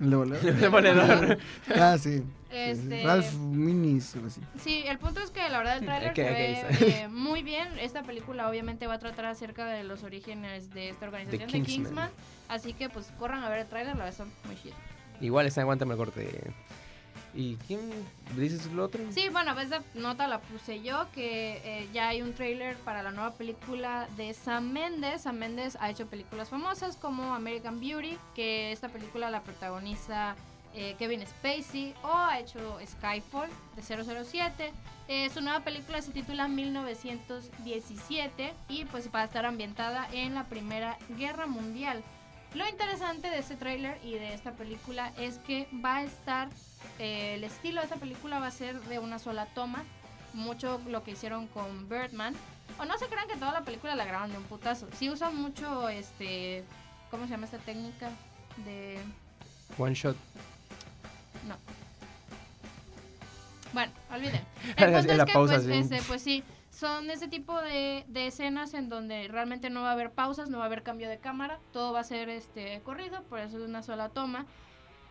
Speaker 4: El de Voldemort.
Speaker 3: El valedor.
Speaker 4: Ah, sí. Sí,
Speaker 1: Este-
Speaker 4: sí. Ralph Minis, algo así.
Speaker 1: Sí, el punto es que la verdad el tráiler
Speaker 3: Ok,
Speaker 1: se
Speaker 3: ok,
Speaker 1: ve
Speaker 3: está.
Speaker 1: eh, muy bien. Esta película obviamente va a tratar acerca de los orígenes de esta organización de
Speaker 3: Kingsman.
Speaker 1: Kingsman. Así que pues corran a ver el tráiler, la verdad está muy chido.
Speaker 3: Igual está, aguántame el corte. ¿Y quién? ¿Dices lo otro?
Speaker 1: Sí, bueno, pues, esa nota la puse yo, que eh, ya hay un tráiler para la nueva película de Sam Mendes. Sam Mendes ha hecho películas famosas como American Beauty, que esta película la protagoniza eh, Kevin Spacey, o ha hecho Skyfall de 007. Eh, su nueva película se titula 1917 y pues va a estar ambientada en la Primera Guerra Mundial. Lo interesante de este tráiler y de esta película es que va a estar eh, el estilo de esta película va a ser de una sola toma, mucho lo que hicieron con Birdman. O no se crean que toda la película la graban de un putazo. Sí usan mucho este, ¿cómo se llama esta técnica? De
Speaker 3: One shot.
Speaker 1: no. Bueno, olviden.
Speaker 3: Así,
Speaker 1: El punto
Speaker 3: en
Speaker 1: es
Speaker 3: la
Speaker 1: que,
Speaker 3: pausa,
Speaker 1: pues,
Speaker 3: así.
Speaker 1: este, pues sí, son ese tipo de, de escenas en donde realmente no va a haber pausas, no va a haber cambio de cámara, todo va a ser este corrido, por eso es una sola toma.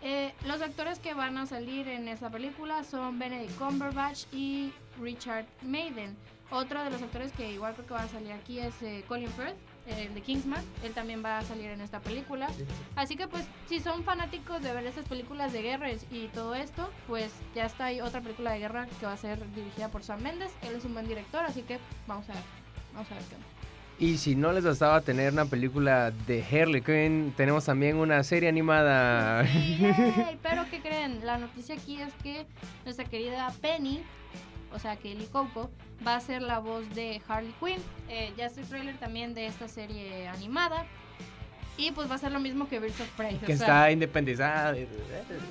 Speaker 1: Eh, los actores que van a salir en esta película son Benedict Cumberbatch y Richard Maiden. Otro de los actores que igual creo que va a salir aquí es eh, Colin Firth, eh, el de Kingsman. Él también va a salir en esta película. Así que pues si son fanáticos de ver estas películas de guerra y todo esto, pues ya está ahí otra película de guerra que va a ser dirigida por Sam Mendes. Él es un buen director, así que vamos a ver. Vamos a ver qué onda.
Speaker 3: Y si no les bastaba tener una película de Harley Quinn, tenemos también una serie animada.
Speaker 1: Sí, yay, pero ¿qué creen? La noticia aquí es que nuestra querida Penny, o sea, Kelly Coco, va a ser la voz de Harley Quinn. Eh, ya está el trailer también de esta serie animada. Y pues va a ser lo mismo que Birds of Prey. o
Speaker 3: que
Speaker 1: sea,
Speaker 3: está independizada. de-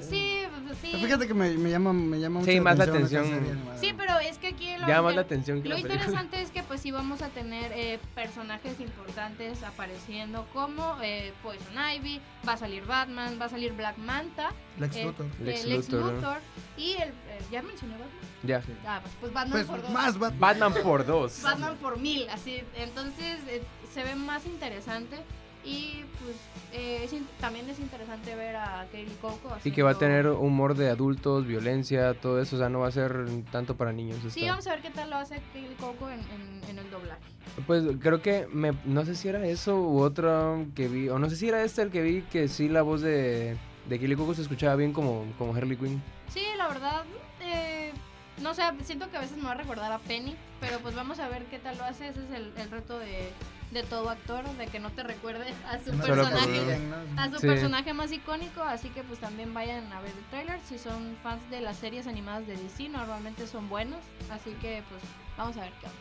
Speaker 1: Sí, así.
Speaker 4: Fíjate que me, me llama, me llama mucho
Speaker 3: Sí, más la
Speaker 4: esa
Speaker 3: atención.
Speaker 4: serie animada.
Speaker 1: eh, Sí, pero es que aquí lo,
Speaker 3: Llama más
Speaker 1: inter-
Speaker 3: la atención que
Speaker 1: lo
Speaker 3: la película.
Speaker 1: interesante es que pues sí vamos a tener eh, personajes importantes apareciendo como eh, Poison Ivy, va a salir Batman, va a salir Black Manta,
Speaker 4: Lex
Speaker 1: eh,
Speaker 4: Luthor.
Speaker 1: eh,
Speaker 3: Lex
Speaker 1: Lex,
Speaker 3: Luthor,
Speaker 1: Luthor,
Speaker 3: ¿no?
Speaker 1: y el... eh, ¿Ya mencioné Batman?
Speaker 3: Ya.
Speaker 1: Ah, pues, pues Batman
Speaker 4: Pues
Speaker 1: por dos.
Speaker 4: más Batman.
Speaker 3: Batman por dos.
Speaker 1: Batman por mil, así. Entonces eh, se ve más interesante y pues eh, es in- también es interesante ver a Kaylee Coco.
Speaker 3: Y que va a
Speaker 1: haciendo-
Speaker 3: tener humor de adultos, violencia, todo eso. O sea, no va a ser tanto para niños.
Speaker 1: Sí,
Speaker 3: está-
Speaker 1: vamos a ver qué tal lo hace Kaylee Coco en, en- en el doblaje.
Speaker 3: Pues creo que me, no sé si era eso u otro que vi, o no sé si era este el que vi que sí la voz de, de Kili Coco se escuchaba bien como, como Harley Quinn.
Speaker 1: Sí, la verdad, eh, no sé, siento que a veces me va a recordar a Penny, pero pues vamos a ver qué tal lo hace. Ese es el, el reto de, de todo actor, de que no te recuerde a su
Speaker 4: Más
Speaker 3: Solo por-
Speaker 1: personaje.
Speaker 4: Batman, ¿no?
Speaker 1: a su
Speaker 3: Sí.
Speaker 1: personaje más icónico, así que pues también vayan a ver el tráiler. Si son fans de las series animadas de DC, normalmente son buenos, así que pues vamos a ver qué onda.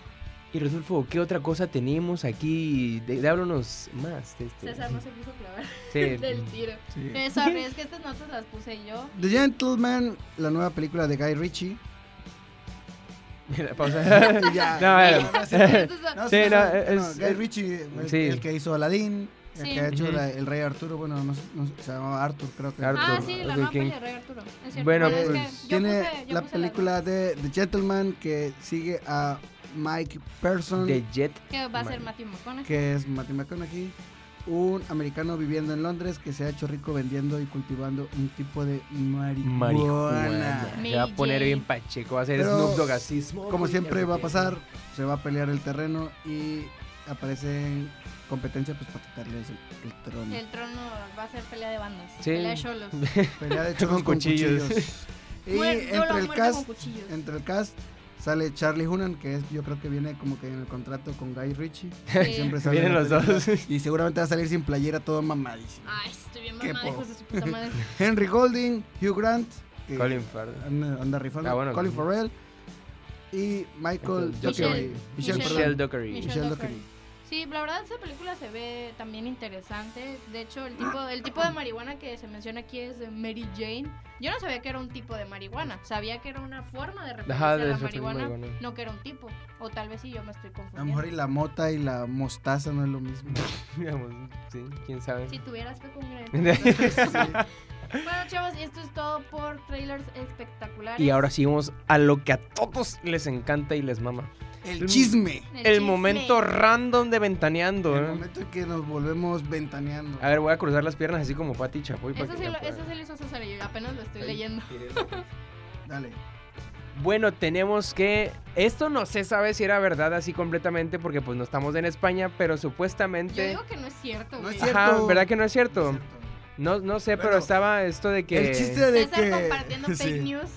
Speaker 3: Y Rodolfo, ¿qué otra cosa tenemos aquí? De, de- háblanos más de este.
Speaker 1: César no se puso clavar
Speaker 3: Sí.
Speaker 1: del tiro.
Speaker 4: Sí.
Speaker 1: Me sorry, es que estas notas las puse yo.
Speaker 4: The Gentleman, la nueva película de Guy Ritchie.
Speaker 3: Mira, pausa.
Speaker 4: Y ya.
Speaker 3: No, a
Speaker 4: No, sí,
Speaker 1: Estas son-
Speaker 4: no,
Speaker 3: Sí,
Speaker 4: sí,
Speaker 3: no, eh,
Speaker 4: sí,
Speaker 3: es-
Speaker 4: no, Guy Ritchie, el,
Speaker 3: Sí.
Speaker 4: el que hizo Aladdin, el
Speaker 1: Sí.
Speaker 4: que ha hecho
Speaker 3: Ujú.
Speaker 4: la- el Rey Arturo, bueno, no, sé- no sé, se llamaba Arthur, creo que.
Speaker 3: Arthur.
Speaker 1: ah, sí, la nueva
Speaker 3: King.
Speaker 1: peli de Rey Arturo. Es cierto.
Speaker 3: Bueno,
Speaker 1: es que
Speaker 3: pues,
Speaker 1: yo
Speaker 4: Tiene
Speaker 1: puse- yo
Speaker 4: la
Speaker 1: puse
Speaker 4: película de The Gentleman que sigue a Mike Person,
Speaker 3: De Jet.
Speaker 1: Que va a ser Matthew McConaughey.
Speaker 4: que es Matthew McConaughey, un americano viviendo en Londres que se ha hecho rico vendiendo y cultivando un tipo de marihuana.
Speaker 3: Marihuana. Se va a
Speaker 1: Mary
Speaker 3: poner
Speaker 1: Jane.
Speaker 3: bien pacheco, va a ser
Speaker 4: Pero,
Speaker 3: Snoop Dogg así. smoke
Speaker 4: Como
Speaker 3: weed
Speaker 4: siempre
Speaker 3: every
Speaker 4: va a
Speaker 3: day.
Speaker 4: pasar, se va a pelear el terreno y aparece en competencia pues para quitarles el, el trono.
Speaker 1: El trono va a ser pelea de bandas.
Speaker 3: Sí.
Speaker 1: Pelea de cholos.
Speaker 4: Pelea de chicos
Speaker 3: Con
Speaker 4: con,
Speaker 3: cuchillos.
Speaker 4: cuchillos. Y entre el cast, entre el cast sale Charlie Hunan, que es yo creo que viene como que en el contrato con Guy Ritchie. que
Speaker 1: Sí.
Speaker 4: siempre sale
Speaker 3: Vienen
Speaker 4: en la
Speaker 3: los dos.
Speaker 4: película. Y seguramente va a salir sin playera todo mamadísimo.
Speaker 1: Ay, estoy bien
Speaker 4: Qué
Speaker 1: mamada,
Speaker 4: po-
Speaker 1: hijos de su puta madre.
Speaker 4: Henry Golding, Hugh Grant, que
Speaker 3: Colin Farrell.
Speaker 4: anda, anda rifando,
Speaker 3: Ah, bueno.
Speaker 4: Colin Farrell y Michael
Speaker 3: Michael
Speaker 4: Dockery.
Speaker 1: Michelle. Michelle.
Speaker 4: Michelle, perdón.
Speaker 3: Michelle Dockery.
Speaker 1: Michelle
Speaker 4: Michelle
Speaker 1: Dockery.
Speaker 4: Dockery.
Speaker 1: Sí, la verdad esa película se ve también interesante. De hecho, el tipo, el tipo de marihuana que se menciona aquí es de Mary Jane. Yo no sabía que era un tipo de marihuana. Sabía que era una forma de referirse
Speaker 3: Ajá,
Speaker 1: a
Speaker 3: de
Speaker 1: la
Speaker 3: referir
Speaker 1: marihuana,
Speaker 3: marihuana.
Speaker 1: no que era un tipo. O tal vez sí, yo me estoy
Speaker 4: A lo
Speaker 1: confundiendo.
Speaker 4: mejor y la mota y la mostaza no es lo mismo.
Speaker 3: Digamos, Sí, quién sabe.
Speaker 1: Si tuvieras que congregar.
Speaker 4: Sí.
Speaker 1: bueno, chavos, esto es todo por trailers espectaculares.
Speaker 3: Y ahora sí vamos a lo que a todos les encanta y les mama.
Speaker 4: El chisme.
Speaker 1: El,
Speaker 3: El,
Speaker 1: chisme.
Speaker 3: momento random de ventaneando.
Speaker 4: El
Speaker 3: ¿eh?
Speaker 4: momento en que nos volvemos ventaneando.
Speaker 3: A ver, voy a cruzar las piernas así como Pati Chapoy. para
Speaker 1: Eso
Speaker 3: que
Speaker 1: sí,
Speaker 3: la
Speaker 1: lo,
Speaker 3: pueda-
Speaker 1: eso sí lo hizo César y yo apenas lo estoy
Speaker 3: Ahí.
Speaker 1: leyendo.
Speaker 4: Dale.
Speaker 3: Bueno, tenemos que... Esto no se sabe si era verdad así completamente porque pues no estamos en España, pero
Speaker 1: Yo
Speaker 3: supuestamente...
Speaker 1: digo que no es cierto,
Speaker 4: No
Speaker 1: güey.
Speaker 4: es
Speaker 3: Ajá,
Speaker 4: Cierto.
Speaker 3: ¿verdad que no es cierto? No, no sé, pero
Speaker 4: Bueno,
Speaker 3: estaba esto de que...
Speaker 4: El chiste de
Speaker 1: César
Speaker 4: que.
Speaker 1: compartiendo fake
Speaker 4: Sí.
Speaker 1: news.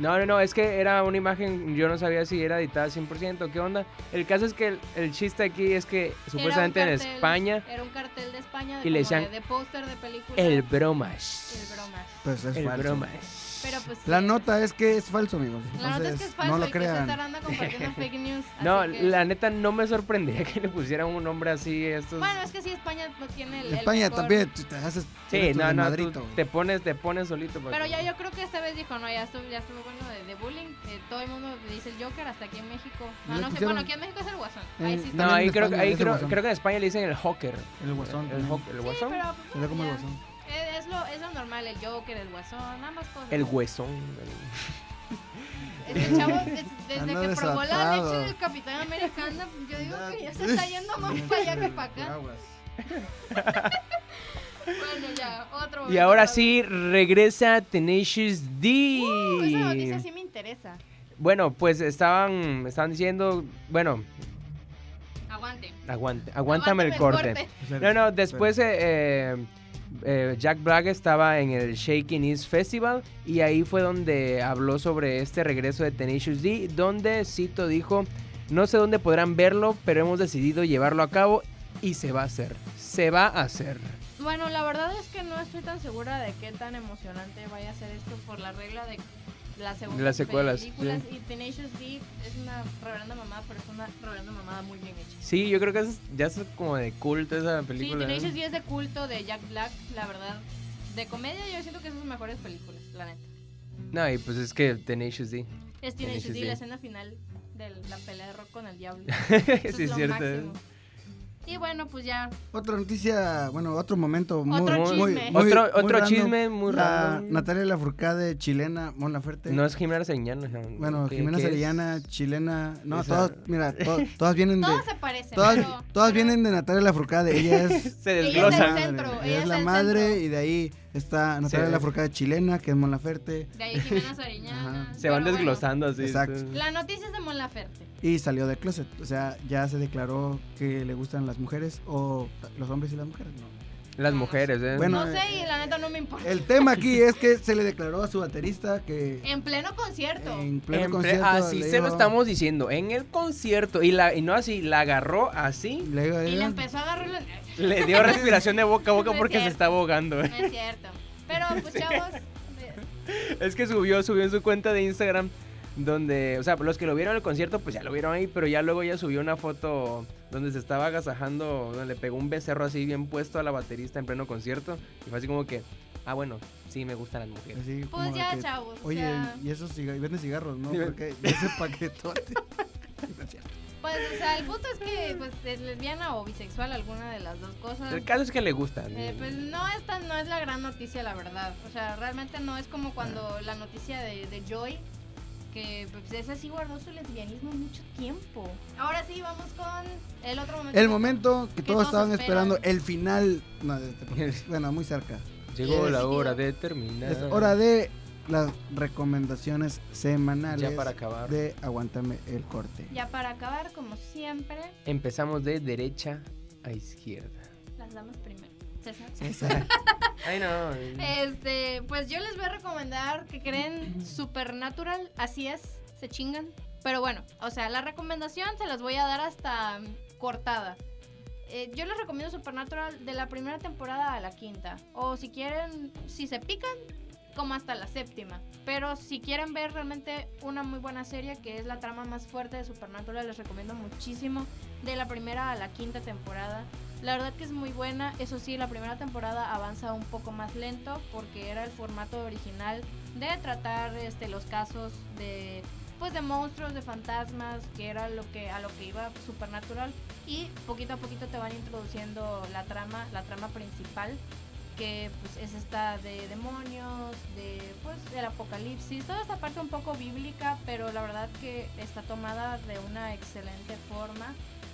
Speaker 3: No, no, no, es que era una imagen, yo no sabía si era editada 100%, ¿qué onda? El caso es que el, el chiste aquí es que supuestamente
Speaker 1: Era
Speaker 3: en
Speaker 1: un cartel-
Speaker 3: España
Speaker 1: Era un cartel de España de,
Speaker 3: Y
Speaker 1: como
Speaker 3: le decían,
Speaker 1: de, de póster de película.
Speaker 3: el bromas.
Speaker 1: el bromas.
Speaker 4: Pues es
Speaker 3: El
Speaker 4: falso.
Speaker 3: bromas.
Speaker 1: Pero pues.
Speaker 4: La
Speaker 1: sí,
Speaker 4: nota es que es falso, amigos.
Speaker 1: La nota es que es
Speaker 4: Entonces,
Speaker 1: falso
Speaker 4: no
Speaker 1: y
Speaker 4: lo
Speaker 1: que César
Speaker 4: crean.
Speaker 1: anda compartiendo fake news.
Speaker 3: No,
Speaker 1: así que-
Speaker 3: la neta no me sorprendería que le pusieran un nombre así a estos.
Speaker 1: Bueno, es que sí, España no tiene el. el
Speaker 4: España
Speaker 1: mejor-
Speaker 4: también. tú Te haces.
Speaker 3: sí,
Speaker 4: eres tu
Speaker 3: no, no, tú
Speaker 4: desmadrito, güey.
Speaker 3: te pones, te pones solito. pues. Paco.
Speaker 1: Pero ya yo creo que esta vez dijo, no, ya estuvo, ya estuvo bueno de, de bullying. eh, todo el mundo dice el Joker, hasta aquí en México.
Speaker 4: ¿Le
Speaker 1: Ah, no sé,
Speaker 4: pusieron?
Speaker 1: bueno, aquí en México es el Guasón.
Speaker 4: Eh,
Speaker 1: Ahí sí
Speaker 3: No,
Speaker 1: está.
Speaker 4: También
Speaker 3: ahí
Speaker 4: en
Speaker 3: creo,
Speaker 4: España
Speaker 3: ahí
Speaker 4: es el
Speaker 3: creo,
Speaker 4: guasón.
Speaker 3: creo que en España le dicen el hawker.
Speaker 4: El guasón.
Speaker 3: El, ho- el
Speaker 1: Sí,
Speaker 3: guasón.
Speaker 1: pero. pues,
Speaker 4: Se ve como el
Speaker 1: ya,
Speaker 4: guasón.
Speaker 1: eh, Es lo, es lo normal, el Joker, el Guasón, ambas cosas.
Speaker 3: El huesón.
Speaker 1: Este chavo, des- desde
Speaker 4: Anda
Speaker 1: que probó la
Speaker 4: desatado.
Speaker 1: leche del Capitán Americano, yo digo que ya se está yendo más para allá que para acá.
Speaker 4: Aguas.
Speaker 1: Bueno, ya, otro
Speaker 3: Y
Speaker 1: momento
Speaker 3: ahora
Speaker 1: para-
Speaker 3: sí regresa Tenacious D.
Speaker 1: Uh, esa noticia sí me interesa.
Speaker 3: Bueno, pues estaban, estaban diciendo, bueno,
Speaker 1: Aguante.
Speaker 3: aguante, aguántame, el corte. No,
Speaker 4: Espera,
Speaker 3: no, después eh, eh, eh, Jack Black estaba en el Shaking East Festival y ahí fue donde habló sobre este regreso de Tenacious D, donde Cito dijo, no sé dónde podrán verlo, pero hemos decidido llevarlo a cabo y se va a hacer, se va a hacer.
Speaker 1: Bueno, la verdad es que no estoy tan segura de qué tan emocionante vaya a ser esto por la regla de las segundas
Speaker 3: Las secuelas,
Speaker 1: películas. Y Tenacious D es una reverenda mamada, pero es una reverenda mamada muy bien hecha.
Speaker 3: Sí, yo creo que es, ya es como de culto esa
Speaker 1: Sí,
Speaker 3: película. ¿eh? ¿no?
Speaker 1: Tenacious D es de culto de Jack Black, la verdad. De comedia yo siento que es de sus mejores películas, la neta.
Speaker 3: No, y pues es que Tenacious D.
Speaker 1: Es Teenage
Speaker 3: Tenacious
Speaker 1: D,
Speaker 3: D.
Speaker 1: la escena final de la pelea de rock con el diablo.
Speaker 3: sí,
Speaker 1: Eso
Speaker 3: es
Speaker 1: lo
Speaker 3: cierto.
Speaker 1: máximo. Y bueno, pues ya.
Speaker 4: Otra noticia, bueno, otro momento muy,
Speaker 1: Otro
Speaker 4: muy-
Speaker 1: chisme.
Speaker 4: muy-
Speaker 3: Otro-
Speaker 4: muy
Speaker 3: otro
Speaker 4: random.
Speaker 3: chisme muy
Speaker 4: La
Speaker 3: random.
Speaker 4: Natalia Lafourcade, chilena, Mon Laferte.
Speaker 3: No es Jimena Sariñana.
Speaker 4: bueno, Jimena Sariñana, chilena. No,
Speaker 3: Esa-
Speaker 4: todas, mira, to- todas vienen de.
Speaker 1: Todos se parecen.
Speaker 4: Todas,
Speaker 1: pero-
Speaker 4: todas
Speaker 1: pero-
Speaker 4: vienen de Natalia Lafourcade. Ella es.
Speaker 3: Se
Speaker 1: Ella es
Speaker 3: desglosa.
Speaker 1: el centro,
Speaker 4: Ella
Speaker 1: ella
Speaker 4: es
Speaker 1: es
Speaker 4: la
Speaker 1: el
Speaker 4: madre
Speaker 1: centro.
Speaker 4: y de ahí está Natalia
Speaker 3: Sí.
Speaker 4: Lafourcade chilena, que es Mon Laferte,
Speaker 1: De ahí Jimena Sariñana.
Speaker 4: Ajá.
Speaker 3: Se van
Speaker 1: pero bueno.
Speaker 3: desglosando así.
Speaker 4: Exacto.
Speaker 3: entonces-
Speaker 1: La noticia es de Mon Laferte.
Speaker 4: y salió de closet. O sea, ya se declaró que le gustan las mujeres o los hombres y las mujeres. No.
Speaker 3: Las mujeres, ¿eh?
Speaker 4: Bueno, eh,
Speaker 1: no sé y la neta no me importa.
Speaker 4: El tema aquí es que se le declaró a su baterista que
Speaker 1: En pleno concierto.
Speaker 4: en pleno
Speaker 3: En pre-
Speaker 4: concierto.
Speaker 3: así
Speaker 4: le
Speaker 3: se lo
Speaker 4: dijo-
Speaker 3: estamos diciendo. En el concierto. Y, la, y no así, la agarró así.
Speaker 4: le dijo,
Speaker 1: Y le
Speaker 4: "Eh,
Speaker 1: empezó a agarrar los...
Speaker 3: Le dio respiración de boca a boca
Speaker 1: No es
Speaker 3: porque se
Speaker 1: cierto.
Speaker 3: está ahogando. ¿eh?
Speaker 1: No es cierto. Pero pues chavos... de-
Speaker 3: Es que subió, subió en su cuenta de Instagram. Donde, o sea, los que lo vieron en el concierto, pues ya lo vieron ahí, pero ya luego ya subió una foto donde se estaba agasajando, donde le pegó un becerro así bien puesto a la baterista en pleno concierto. Y fue así como que, ah, bueno, sí me gustan las mujeres.
Speaker 4: así como
Speaker 1: Pues
Speaker 4: de
Speaker 1: ya,
Speaker 4: que,
Speaker 1: chavos. o
Speaker 4: Oye,
Speaker 1: sea,
Speaker 4: y esos cigarros, venden cigarros, ¿no?
Speaker 3: Sí, ve-
Speaker 4: Porque y ese paquetote. No es cierto.
Speaker 1: pues, o sea, el punto es que pues, es lesbiana o bisexual, alguna de las dos cosas.
Speaker 3: El caso es que le gustan.
Speaker 1: Ah. Eh, pues no, esta no es la gran noticia, la verdad. O sea, realmente no es como
Speaker 4: Ah.
Speaker 1: cuando la noticia de, de Joy, que pues esa sí guardó su lesbianismo mucho tiempo. Ahora sí, vamos con el otro momento.
Speaker 4: El momento que
Speaker 1: Que
Speaker 4: todos
Speaker 1: todos
Speaker 4: estaban
Speaker 1: esperan.
Speaker 4: esperando, el final. No, de este podcast. bueno, muy cerca.
Speaker 3: Llegó
Speaker 1: eh,
Speaker 3: la
Speaker 1: sí,
Speaker 3: hora
Speaker 1: yo-
Speaker 3: de terminar.
Speaker 4: Es hora de las recomendaciones semanales
Speaker 3: Ya para acabar.
Speaker 4: de Aguántame el corte.
Speaker 1: Ya para acabar, como siempre,
Speaker 3: Empezamos de derecha a izquierda.
Speaker 1: las damas primero. César.
Speaker 4: Esa-
Speaker 3: Ay, no.
Speaker 1: Este, pues yo les voy a recomendar que creen Supernatural, así es, se chingan. Pero bueno, o sea, la recomendación se las voy a dar hasta mm, cortada. Eh, yo les recomiendo Supernatural de la primera temporada a la quinta. O si quieren, si se pican, como hasta la séptima. Pero si quieren ver realmente una muy buena serie, que es la trama más fuerte de Supernatural, les recomiendo muchísimo de la primera a la quinta temporada. La verdad que es muy buena, eso sí, la primera temporada avanza un poco más lento porque era el formato original de tratar este, los casos de pues de monstruos, de fantasmas, que era lo que a lo que iba Supernatural y poquito a poquito te van introduciendo la trama, la trama principal que pues es esta de demonios, de pues del apocalipsis, toda esta parte un poco bíblica, pero la verdad que está tomada de una excelente forma.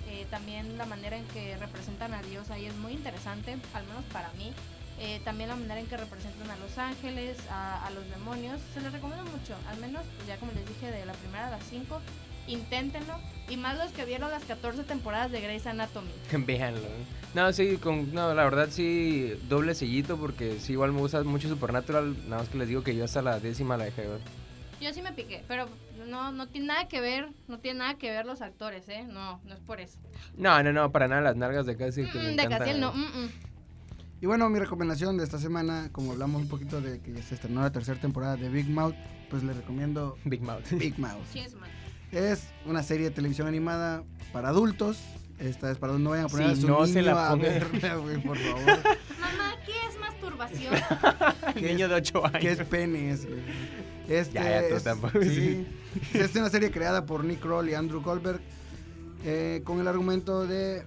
Speaker 1: Eh, también la manera en que representan a Dios ahí es muy interesante, al menos para mí. Eh, también la manera en que representan a los ángeles, a, a los demonios. Se les recomiendo mucho, al menos pues, ya como les dije de la primera a las cinco, inténtenlo. Y más los que vieron las 14 temporadas de Grey's Anatomy.
Speaker 3: Véanlo. No, sí, con, no, la verdad sí, doble sellito porque sí, igual me gusta mucho Supernatural. Nada más que les digo que yo hasta la décima la dejé. ver.
Speaker 1: Yo sí me piqué, pero no, no tiene nada que ver, no tiene nada que ver los actores, ¿eh? No, no es por eso.
Speaker 3: No, no, no, para nada las nalgas de Cassiel. Que me
Speaker 1: Mm, de
Speaker 3: encanta.
Speaker 1: Casiel no. mm, mm.
Speaker 4: y bueno, mi recomendación de esta semana, como hablamos un poquito de que se estrenó la tercera temporada de Big Mouth, pues le recomiendo
Speaker 3: Big Mouth.
Speaker 4: Big Mouth.
Speaker 1: Cheers, man.
Speaker 4: Es una serie de televisión animada para adultos. Esta es para no vayan a poner
Speaker 3: Sí,
Speaker 4: a su
Speaker 3: no
Speaker 4: niño
Speaker 3: se la
Speaker 4: a
Speaker 3: pongan.
Speaker 4: verla, güey, por favor.
Speaker 1: Mamá, ¿qué es masturbación?
Speaker 3: El niño de 8 años.
Speaker 4: que es pene ese, güey. Este
Speaker 3: Ya, ya, tú
Speaker 4: es,
Speaker 3: tampoco,
Speaker 4: sí. es una serie creada por Nick Kroll y Andrew Goldberg eh, con el argumento de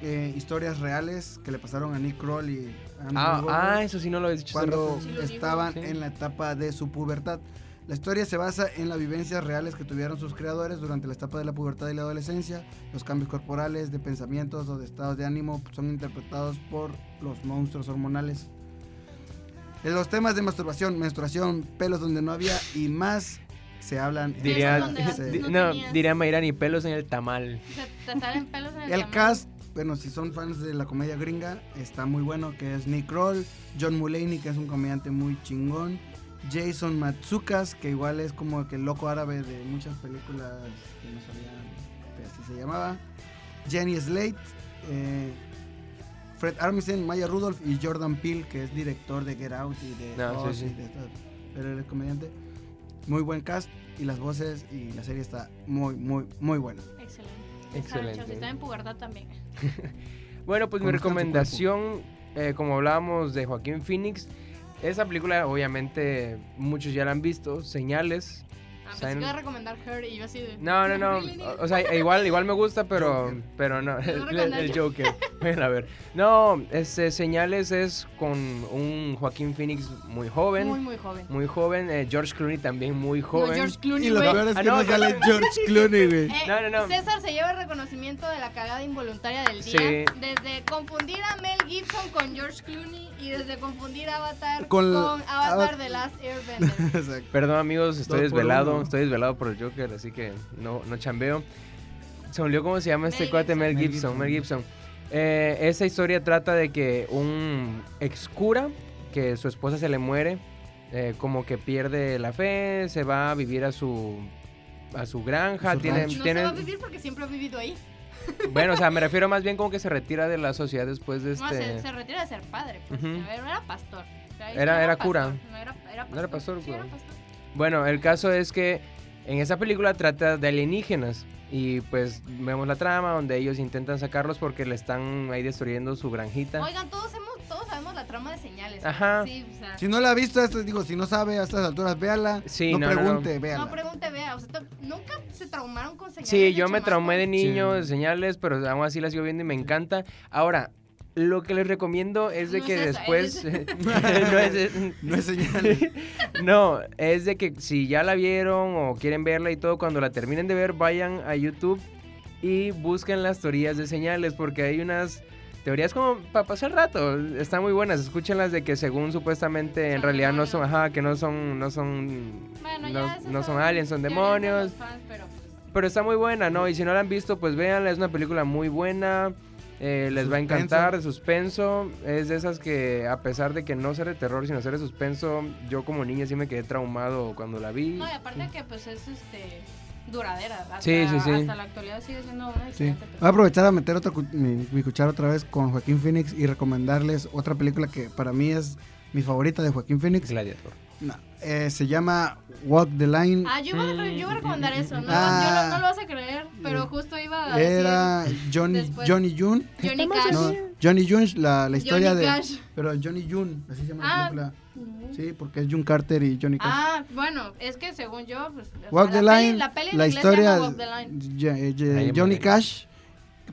Speaker 4: eh, historias reales que le pasaron a Nick Kroll y Andrew
Speaker 3: Ah,
Speaker 4: Goldberg
Speaker 3: ah, eso sí no lo habéis dicho. hace
Speaker 4: cuando
Speaker 3: rato.
Speaker 1: Sí, lo digo.
Speaker 4: estaban
Speaker 3: Sí.
Speaker 4: en la etapa de su pubertad. La historia se basa en las vivencias reales que tuvieron sus creadores durante la etapa de la pubertad y la adolescencia. Los cambios corporales, de pensamientos o de estados de ánimo son interpretados por los monstruos hormonales. En los temas de masturbación, menstruación, pelos donde no había y más se hablan. en
Speaker 3: Diría,
Speaker 4: esta
Speaker 1: Eso es
Speaker 4: serie.
Speaker 3: di-
Speaker 1: no
Speaker 3: no,
Speaker 1: tenías.
Speaker 3: diría Mayra ni pelos en el tamal.
Speaker 1: Se te salen pelos en el
Speaker 4: El
Speaker 1: tamaño.
Speaker 4: cast, bueno, si son fans de la comedia gringa, está muy bueno, que es Nick Kroll, John Mulaney, que es un comediante muy chingón, Jason Matsukas, que igual es como que el loco árabe de muchas películas que no sabían que así se llamaba, Jenny Slate, eh, Fred Armisen, Maya Rudolph y Jordan Peele, que es director de Get Out y de,
Speaker 3: No, Ah, sí,
Speaker 4: Oz y
Speaker 3: sí.
Speaker 4: de estas- pero él es comediante. Muy buen cast y las voces y la serie está muy, muy, muy buena.
Speaker 1: Excelente.
Speaker 3: Excelente.
Speaker 1: Excelente. Si está en pubertad también. Ah,
Speaker 3: Bueno, pues mi
Speaker 4: Conozcan su
Speaker 3: recomendación, eh, como hablábamos de Joaquín Phoenix, Esa película, obviamente, muchos ya la han visto. Señales.
Speaker 1: Ah,
Speaker 3: Sign-
Speaker 1: pensé que iba a recomendar Her y yo así de...
Speaker 3: No, no, no.
Speaker 1: Really?
Speaker 3: O, o sea, igual, igual me gusta, pero,
Speaker 4: Joker.
Speaker 3: pero no.
Speaker 1: Te lo
Speaker 3: El,
Speaker 1: recomiendo
Speaker 3: el
Speaker 1: yo.
Speaker 3: Joker. Bueno, a ver. No, este, Señales es con un Joaquín Phoenix muy joven.
Speaker 1: Muy, muy
Speaker 3: Muy,
Speaker 1: joven.
Speaker 3: joven. eh, George Clooney también muy joven.
Speaker 1: No, George
Speaker 4: Y
Speaker 1: Clooney,
Speaker 4: lo
Speaker 1: güey.
Speaker 4: peor es
Speaker 3: Ah,
Speaker 4: que
Speaker 3: no,
Speaker 4: no,
Speaker 3: yo-
Speaker 4: sale George Clooney, güey.
Speaker 1: Eh,
Speaker 3: No, no, no.
Speaker 1: César se lleva el reconocimiento de la cagada involuntaria del día.
Speaker 3: Sí.
Speaker 1: Desde confundir a Mel Gibson con George Clooney y desde confundir a Avatar
Speaker 4: Con-
Speaker 1: con, Avatar de Last Airbender.
Speaker 4: Exacto.
Speaker 3: Perdón amigos, estoy
Speaker 4: Dos por
Speaker 3: desvelado,
Speaker 4: uno.
Speaker 3: estoy desvelado por el Joker, así que no, no chambeo. Se me olvidó cómo se llama este
Speaker 1: Mel
Speaker 3: cuate,
Speaker 1: Gibson.
Speaker 3: Mel
Speaker 4: Mel
Speaker 3: Gibson.
Speaker 4: Gibson.
Speaker 3: Mel Gibson. Eh, esa historia trata de que un ex cura, que su esposa se le muere, eh, como que pierde la fe, se va a vivir a su a su granja,
Speaker 4: Su
Speaker 3: tiene,
Speaker 4: rancho.
Speaker 1: No
Speaker 3: tiene-
Speaker 1: se va a vivir porque siempre ha vivido ahí.
Speaker 3: bueno, o sea, me refiero más bien como que se retira de la sociedad después de este,
Speaker 1: No, se, se retira de ser padre. pues.
Speaker 3: Ujú.
Speaker 1: A ver, no era pastor. O sea,
Speaker 3: Era- era cura.
Speaker 1: pastor, No era, era pastor.
Speaker 3: No era pastor,
Speaker 1: Sí, era
Speaker 3: güey.
Speaker 1: pastor.
Speaker 3: Bueno, el caso es que en esa película trata de alienígenas y pues vemos la trama donde ellos intentan sacarlos porque le están ahí destruyendo su granjita.
Speaker 1: Oigan, todos, hemos, todos sabemos la trama de señales.
Speaker 3: Ajá.
Speaker 1: Sí, o sea,
Speaker 4: Si no la ha visto, esto, digo, si no sabe a estas alturas, véala.
Speaker 3: Sí,
Speaker 4: no,
Speaker 3: no, no, no.
Speaker 4: pregunte, véala.
Speaker 1: no pregunte, vea. O sea, to- nunca se traumaron con señales.
Speaker 3: Sí,
Speaker 1: de
Speaker 3: yo me
Speaker 1: chamaco?
Speaker 3: traumé de niño
Speaker 4: Sí.
Speaker 3: de señales, pero aún así la sigo viendo y me encanta. Ahora, lo que les recomiendo es de
Speaker 1: Ah, No
Speaker 3: que
Speaker 1: es esa,
Speaker 3: después...
Speaker 1: es
Speaker 3: no es-
Speaker 4: No es señal.
Speaker 3: No, es de que si ya la vieron o quieren verla y todo, cuando la terminen de ver, vayan a YouTube y busquen las teorías de señales, porque hay unas teorías como para pasar rato, están muy buenas, escúchenlas de que según supuestamente en
Speaker 1: Son
Speaker 3: realidad no son,
Speaker 1: demonios.
Speaker 3: ajá, que no son, no son,
Speaker 1: Bueno, ya
Speaker 3: no,
Speaker 1: esos
Speaker 3: no son aliens, son
Speaker 1: teorías de los
Speaker 3: demonios,
Speaker 1: fans, pero pues,
Speaker 3: pero está muy buena, ¿no? Y si no la han visto, pues véanla, es una película muy buena. eh, les va a
Speaker 4: Suspenso.
Speaker 3: encantar, de suspenso. Es de esas que, a pesar de que no ser de terror, sino ser de suspenso, yo como niña sí me quedé traumado cuando la vi.
Speaker 1: No, y aparte que pues es este duradera. Hasta,
Speaker 3: Sí, sí, sí.
Speaker 1: hasta la actualidad sigue siendo una
Speaker 4: Sí. Ah,
Speaker 1: excelente
Speaker 4: Voy a
Speaker 1: película.
Speaker 4: aprovechar a meter otra cu- mi, mi cuchara otra vez con Joaquín Phoenix y recomendarles otra película que para mí es mi favorita de Joaquín Phoenix.
Speaker 3: Gladiator.
Speaker 4: No, eh, se llama Walk the Line.
Speaker 1: Ah, yo iba, a, re- yo iba a recomendar eso, ¿no?
Speaker 4: Ah.
Speaker 1: yo no, no lo vas a creer, pero justo iba a decir
Speaker 4: Era Johnny,
Speaker 1: después.
Speaker 4: Johnny June.
Speaker 1: Johnny Cash.
Speaker 4: No, Johnny June, la, la historia
Speaker 1: Johnny
Speaker 4: de...
Speaker 1: Cash.
Speaker 4: Pero Johnny June, así se llama
Speaker 1: Ah.
Speaker 4: la película. Sí, porque es June Carter y Johnny Cash.
Speaker 1: Ah, bueno, es que según yo, pues, o sea,
Speaker 4: Walk the
Speaker 1: la peli-
Speaker 4: Line,
Speaker 1: la, peli en
Speaker 4: la
Speaker 1: inglés se llama
Speaker 4: historia
Speaker 1: Walk the Line.
Speaker 4: ya- eh, ya-
Speaker 3: Ahí en
Speaker 4: Johnny
Speaker 3: Madrid.
Speaker 4: Cash,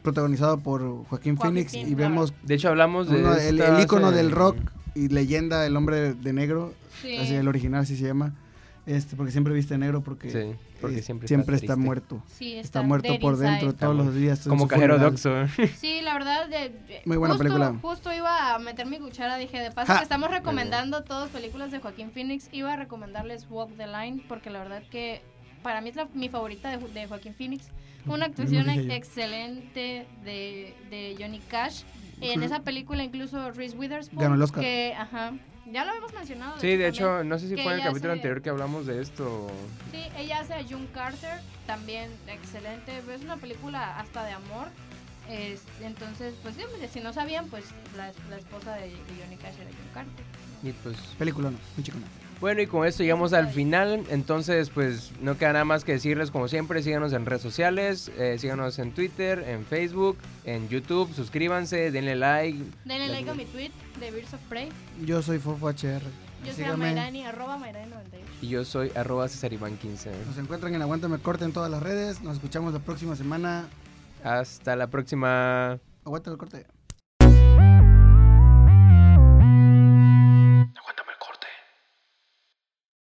Speaker 4: protagonizado por Joaquín,
Speaker 1: Joaquín
Speaker 4: Phoenix, y
Speaker 1: Phoenix,
Speaker 4: vemos
Speaker 3: De hecho, hablamos de.
Speaker 4: uno- el,
Speaker 3: estas,
Speaker 4: el ícono
Speaker 3: eh,
Speaker 4: del rock y leyenda, el hombre de negro,
Speaker 1: Sí.
Speaker 4: así el original así se llama, este porque siempre viste negro porque,
Speaker 3: Sí, porque
Speaker 4: eh,
Speaker 3: siempre,
Speaker 4: está,
Speaker 3: triste.
Speaker 4: muerto.
Speaker 1: Sí,
Speaker 4: Está, muerto
Speaker 1: dead
Speaker 4: por
Speaker 1: inside.
Speaker 4: dentro
Speaker 3: Está
Speaker 4: todos
Speaker 3: muerto.
Speaker 4: los días. en
Speaker 3: Como
Speaker 4: su
Speaker 3: cajero
Speaker 4: funeral.
Speaker 3: doxo.
Speaker 1: Sí, la verdad, de, de-
Speaker 4: Muy buena
Speaker 1: justo,
Speaker 4: película.
Speaker 1: Justo iba a meter mi cuchara, dije, de paso
Speaker 4: Ja.
Speaker 1: que estamos recomendando todas películas de Joaquín Phoenix, iba a recomendarles Walk the Line, porque la verdad que para mí es la- mi favorita de, Jo- de Joaquín Phoenix. Una actuación
Speaker 4: Lo dije yo.
Speaker 1: excelente de, de Johnny Cash. En esa película incluso Reese Witherspoon.
Speaker 4: Ganó el Oscar.
Speaker 1: Que, ajá, ya lo habíamos mencionado.
Speaker 3: Sí, de
Speaker 1: también.
Speaker 3: hecho, no sé si
Speaker 1: que
Speaker 3: fue en el
Speaker 1: ella
Speaker 3: capítulo
Speaker 1: se-
Speaker 3: anterior que hablamos de esto.
Speaker 1: Sí, ella hace a June Carter, también excelente. Es una película hasta de amor. es- entonces, pues sí, hombre, si no sabían, pues la, la esposa de, de Johnny Cash era June Carter.
Speaker 3: Y pues.
Speaker 4: Película no, muy chico no.
Speaker 3: Bueno, y con esto llegamos al final. Entonces, pues no queda nada más que decirles, como siempre, síganos en redes sociales, eh, síganos en Twitter, en Facebook, en YouTube, suscríbanse, denle like.
Speaker 1: Denle
Speaker 3: La-
Speaker 1: like a mi tweet de Birds of Prey.
Speaker 4: Yo soy Fofo HR.
Speaker 1: Yo soy a
Speaker 4: Síganme.
Speaker 1: Mayrani, arroba Mayrani98.
Speaker 3: Y yo soy arroba César Iván 15.
Speaker 4: Nos encuentran en Aguántame Corte en todas las redes. Nos escuchamos la próxima semana.
Speaker 3: Hasta la próxima.
Speaker 4: Aguántame Corte.